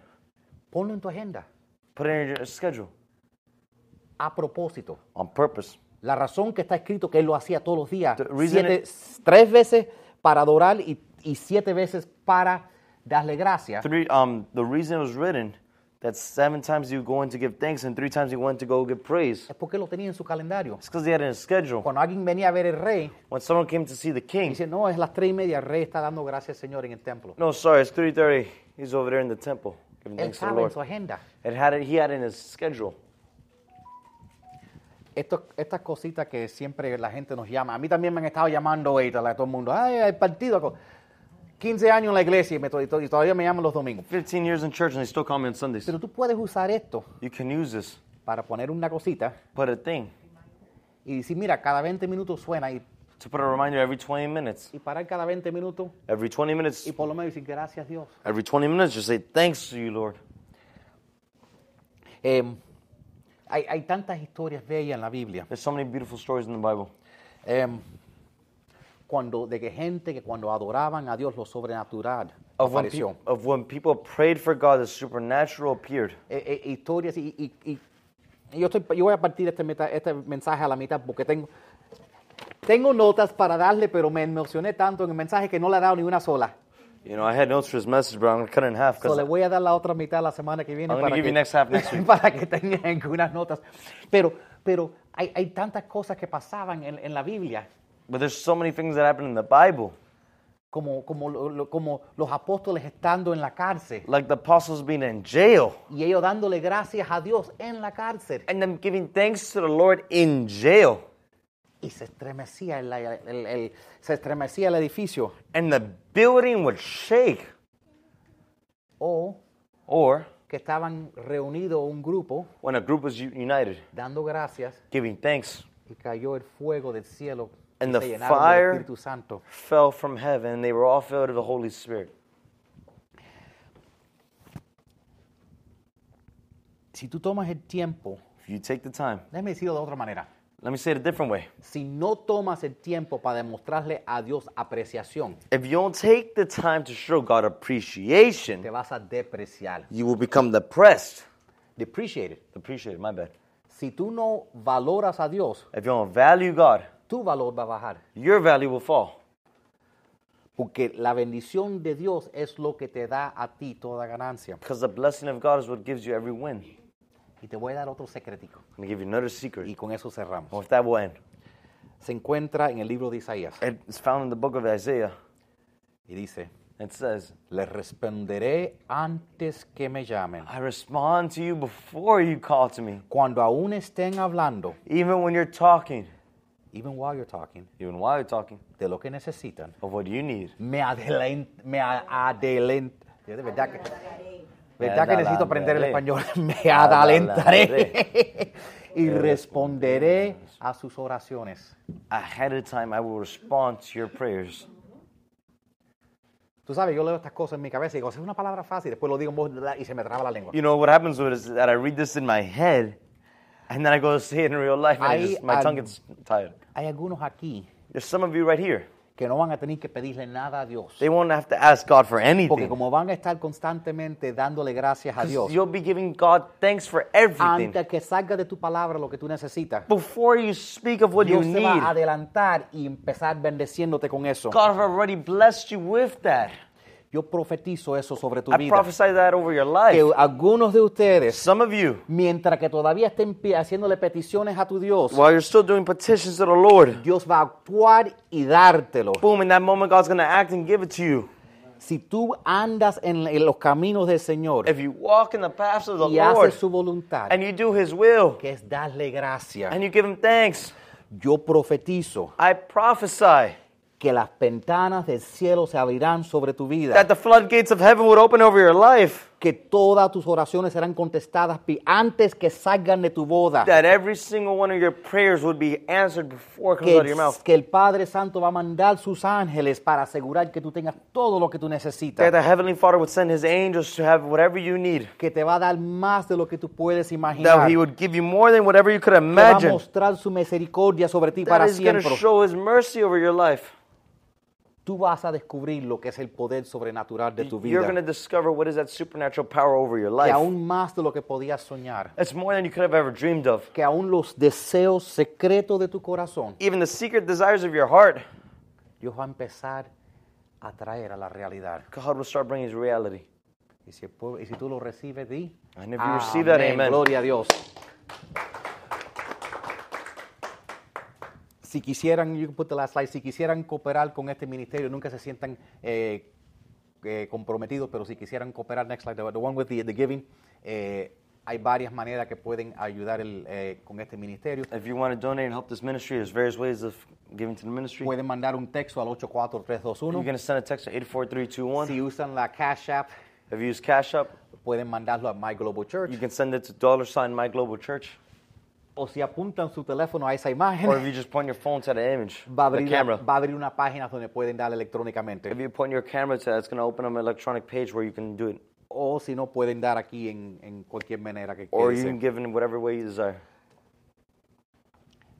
B: ponlo en tu agenda.
A: Put it in your schedule.
B: A propósito,
A: On purpose.
B: la razón que está escrito que él lo hacía todos los días,
A: The reason
B: siete- tres veces para adorar y, y siete veces para darle gracias,
A: Three, um, the reason it was written that seven times you go in to give thanks and three times you went to go give praise.
B: es porque lo tenía en su calendario.
A: It's because he had it in his schedule.
B: Cuando alguien venía a ver el rey,
A: When someone came to see the king,
B: dice, no, es las tres y media, el rey está dando gracias al Señor en el templo.
A: no, sorry, it's 3.30. He's over there in the temple giving
B: Él
A: thanks to the
B: sabe en
A: Lord.
B: su agenda.
A: It had it, he had it in his schedule.
B: Esto- estas cositas que siempre la gente nos llama. A mí también me han estado llamando ahorita, la- todo el mundo. Ay, el partido. 15 años en la iglesia y, me to- y to- y todavía me llaman los domingos.
A: 15 years in church and they still call me on Sundays.
B: Pero tú puedes usar esto
A: You can use this.
B: para poner una cosita
A: Put a thing
B: y decir, mira, cada 20 minutos suena y,
A: to put a reminder every 20 minutes.
B: y parar cada 20 minutos
A: Every 20 minutes,
B: y por lo menos decir, gracias Dios.
A: every 20 minutes, just say thanks to you, Lord.
B: Eh, hay, hay tantas historias bellas en la Biblia.
A: There's so many beautiful stories in the Bible
B: Eh, cuando, de que gente que cuando adoraban a Dios lo sobrenatural
A: of when, peop-
B: apareció.
A: of when people prayed for God, the supernatural appeared.
B: eh, eh, historias y, y- y- y yo, estoy, yo voy a partir este, meta- este mensaje a la mitad porque tengo, tengo notas para darle, pero me emocioné tanto en el mensaje que no le he dado ni una sola.
A: You know, I had notes for this message, but I'm gonna cut it in half
B: So,
A: because
B: le voy a dar la otra mitad la semana que viene
A: I'm gonna
B: para
A: give
B: que,
A: you next half next week.
B: para que tengan algunas notas. Pero, pero hay, hay tantas cosas que pasaban en, en la Biblia,
A: but there's so many things that happen in the Bible,
B: como, como, lo- lo- como los apóstoles estando en la cárcel
A: like the apostles being in jail
B: y ellos dándole gracias a Dios en la cárcel.
A: and them giving thanks to the Lord in jail,
B: Y se estremecía, el- el- el- se estremecía el edificio.
A: and the building would shake.
B: O
A: Or
B: que estaban reunidos un grupo
A: when a group was u- united,
B: dando gracias
A: giving thanks,
B: y cayó el fuego del cielo y
A: And
B: se
A: the
B: llenaron del
A: fire-
B: Espíritu Santo.
A: fell from heaven, and they were all filled with the Holy Spirit.
B: Si tú tomas el tiempo,
A: If you take the time,
B: déjame decirlo de otra manera,
A: let me say it a different way.
B: si no tomas el tiempo para demostrarle a Dios apreciación,
A: If you don't take the time to show God appreciation,
B: te vas a depreciar.
A: you will become depressed.
B: Depreciated.
A: Appreciated, my bad.
B: Si tú no valoras a Dios,
A: If you don't value God,
B: tu valor va a bajar.
A: your value will fall.
B: Porque la bendición de Dios es lo que te da a ti toda ganancia.
A: Because the blessing of God is what gives you every win. I'm
B: Y te voy a dar otro secretico.
A: gonna give you another
B: Y
A: secret.
B: con eso cerramos.
A: With that will end.
B: Se encuentra en el libro de Isaías
A: It's found in the book of Isaiah.
B: y dice,
A: It says,
B: Les responderé antes que me llamen.
A: I respond to you before you call to me.
B: Cuando aún estén hablando,
A: Even when you're talking,
B: even while you're talking,
A: even while you're talking,
B: de lo que necesitan,
A: of what you need.
B: me adelantaré. Me a- adelen- Yo de verdad que, verdad que
A: Adelantaré.
B: necesito aprender el español. Me
A: Adelantaré.
B: adelantaré y responderé a sus oraciones.
A: Ahead of time, I will respond to your prayers.
B: Tú sabes, yo leo estas cosas en mi cabeza y digo, es una palabra fácil, después lo digo en voz y se me traba la lengua.
A: You know, what happens with it is that I read this in my head And then I go see it in real life, and I
B: Hay
A: just, my
B: al-
A: tongue gets tired.
B: Hay algunos aquí
A: There's some of you right here.
B: que no van a tener que pedirle nada a Dios.
A: They won't have to ask God for
B: Porque
A: anything.
B: como van a estar constantemente dándole gracias a
A: 'Cause
B: Dios,
A: You'll be giving God thanks for everything.
B: antes que salga de tu palabra lo que tú necesitas,
A: Before you speak of what you
B: Dios se va a
A: need,
B: adelantar y empezar bendeciéndote con eso.
A: God have already blessed you with that.
B: Yo profetizo eso sobre tu
A: I
B: vida.
A: prophesy that over your
B: Que
A: life.
B: algunos de ustedes,
A: Some of you,
B: mientras que todavía estén pi- haciéndole peticiones a tu Dios,
A: while you're still doing petitions to the Lord,
B: Dios va a actuar y dártelo.
A: boom, in that moment, God's going to act and give it to you.
B: Si tú andas en en los caminos del Señor
A: If you walk in the paths of the
B: y haces
A: Lord
B: su voluntad,
A: and you do His will
B: que es darle gracias,
A: and you give Him thanks,
B: yo profetizo
A: I prophesy
B: que las ventanas del cielo se abrirán sobre tu vida,
A: that the floodgates of heaven would open over your life,
B: que todas tus oraciones serán contestadas pi- antes que salgan de tu boda,
A: that every single one of your prayers would be answered before it comes
B: que
A: out of your
B: el,
A: mouth,
B: que el Padre Santo va a mandar sus ángeles para asegurar que tú tengas todo lo que tú
A: that
B: necesitas,
A: the Heavenly Father would send His angels to have whatever you need,
B: que te va a dar más de lo que tú puedes imaginar,
A: that He
B: que
A: would give you more than whatever you could
B: va a
A: imagine,
B: mostrar su misericordia sobre ti
A: that
B: para
A: He's going
B: siempre.
A: to show His mercy over your life.
B: Tú vas a descubrir lo que es el poder sobrenatural de tu
A: You're
B: vida,
A: going to discover what is that supernatural power over your
B: que
A: life.
B: aún más de lo que podías soñar,
A: It's more than you could have ever dreamed of.
B: que aún los deseos secretos de tu corazón
A: Even the secret desires of your heart,
B: Dios va a empezar a traer a la realidad.
A: God will start bringing His reality.
B: Y si, el pueblo- y si tú lo recibes, di.
A: And if you receive that, amen.
B: Gloria a Dios. Si quisieran, you can put the last slide. si quisieran cooperar con este ministerio, nunca se sientan eh, eh, comprometidos, pero si quisieran cooperar, next slide, the, the one with the, the giving, eh, hay varias maneras que pueden ayudar el, eh, con este ministerio.
A: If you want to donate and help this ministry, there's various ways of giving to the ministry.
B: Pueden mandar un texto al
A: You're
B: 84321.
A: going to send a text to 84321.
B: Si usan la Cash App,
A: If you use Cash App,
B: pueden mandarlo a My Global Church.
A: you can send it to dollar sign My Global Church.
B: o si apuntan su teléfono a esa imagen,
A: Or if you just point your phone to the image,
B: va a,
A: the
B: abrir una,
A: camera.
B: va a abrir una página donde pueden dar
A: If
B: electrónicamente.
A: you point your camera to that, it's going to open up an electronic page where you can do it.
B: O si no, pueden dar aquí en, en cualquier manera que
A: Or you can
B: quieran.
A: give in whatever way you desire.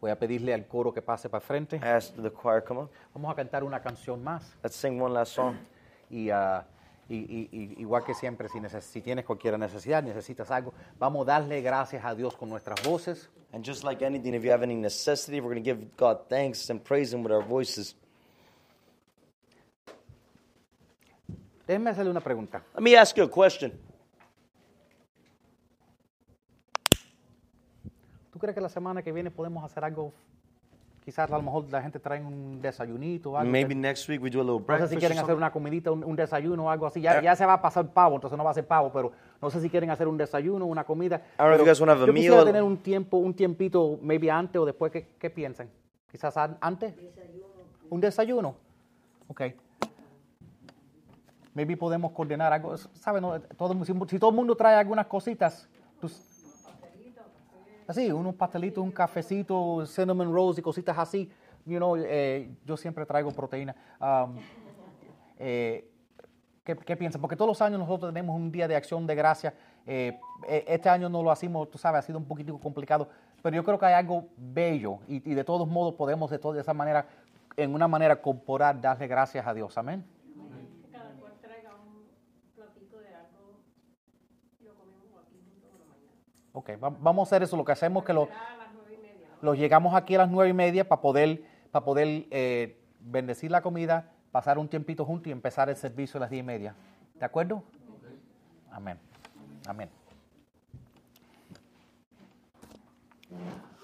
B: Voy a pedirle al coro que pase para frente.
A: Ask the choir, come on.
B: Vamos a cantar una canción más.
A: Let's sing one last song.
B: Y, ah, y- y- y- igual que siempre, si, neces- si tienes cualquier necesidad, necesitas algo, vamos a darle gracias a Dios con nuestras voces.
A: And just like anything, if you have any necessity, we're going to give God thanks and praise Him with our voices.
B: Déjenme hacerle una pregunta.
A: Let me ask you a question.
B: ¿Tú crees que la semana que viene podemos hacer algo? Quizás a lo mejor la gente trae un desayunito o algo.
A: Maybe next week we do a little
B: No sé
A: breakfast.
B: si
A: or
B: quieren hacer
A: something.
B: una comidita, un, un desayuno o algo así. Ya, ya se va a pasar pavo, entonces no va a ser pavo, pero no sé si quieren hacer un desayuno, una comida.
A: don't know if
B: pero
A: you guys wanna have a
B: yo quisiera
A: meal.
B: tener un tiempo, un tiempito, maybe antes o después. ¿Qué, qué piensan? Quizás an- antes. Un desayuno. Ok. Maybe podemos coordinar algo. ¿Saben? todo, el mu- si, si todo el mundo trae algunas cositas. tú s- Así, unos pastelitos, un cafecito, cinnamon rolls y cositas así. You know, eh, yo siempre traigo proteína. Um, eh, ¿qué, qué piensan? Porque todos los años nosotros tenemos un día de acción de gracia. Eh, eh, este año no lo hacemos, tú sabes, ha sido un poquitico complicado. Pero yo creo que hay algo bello y, y de todos modos podemos de, to- de esa manera, en una manera corporal, darle gracias a Dios. Amén.
C: Cada cual traiga un platito de algo y lo comemos aquí junto por la mañana.
B: Ok, va- vamos a hacer eso. Lo que hacemos es que lo,
C: A las nueve y media.
B: los llegamos aquí a las nueve y media para poder, para poder eh, bendecir la comida, pasar un tiempito juntos y empezar el servicio a las diez y media. ¿De acuerdo? Amén. Amén.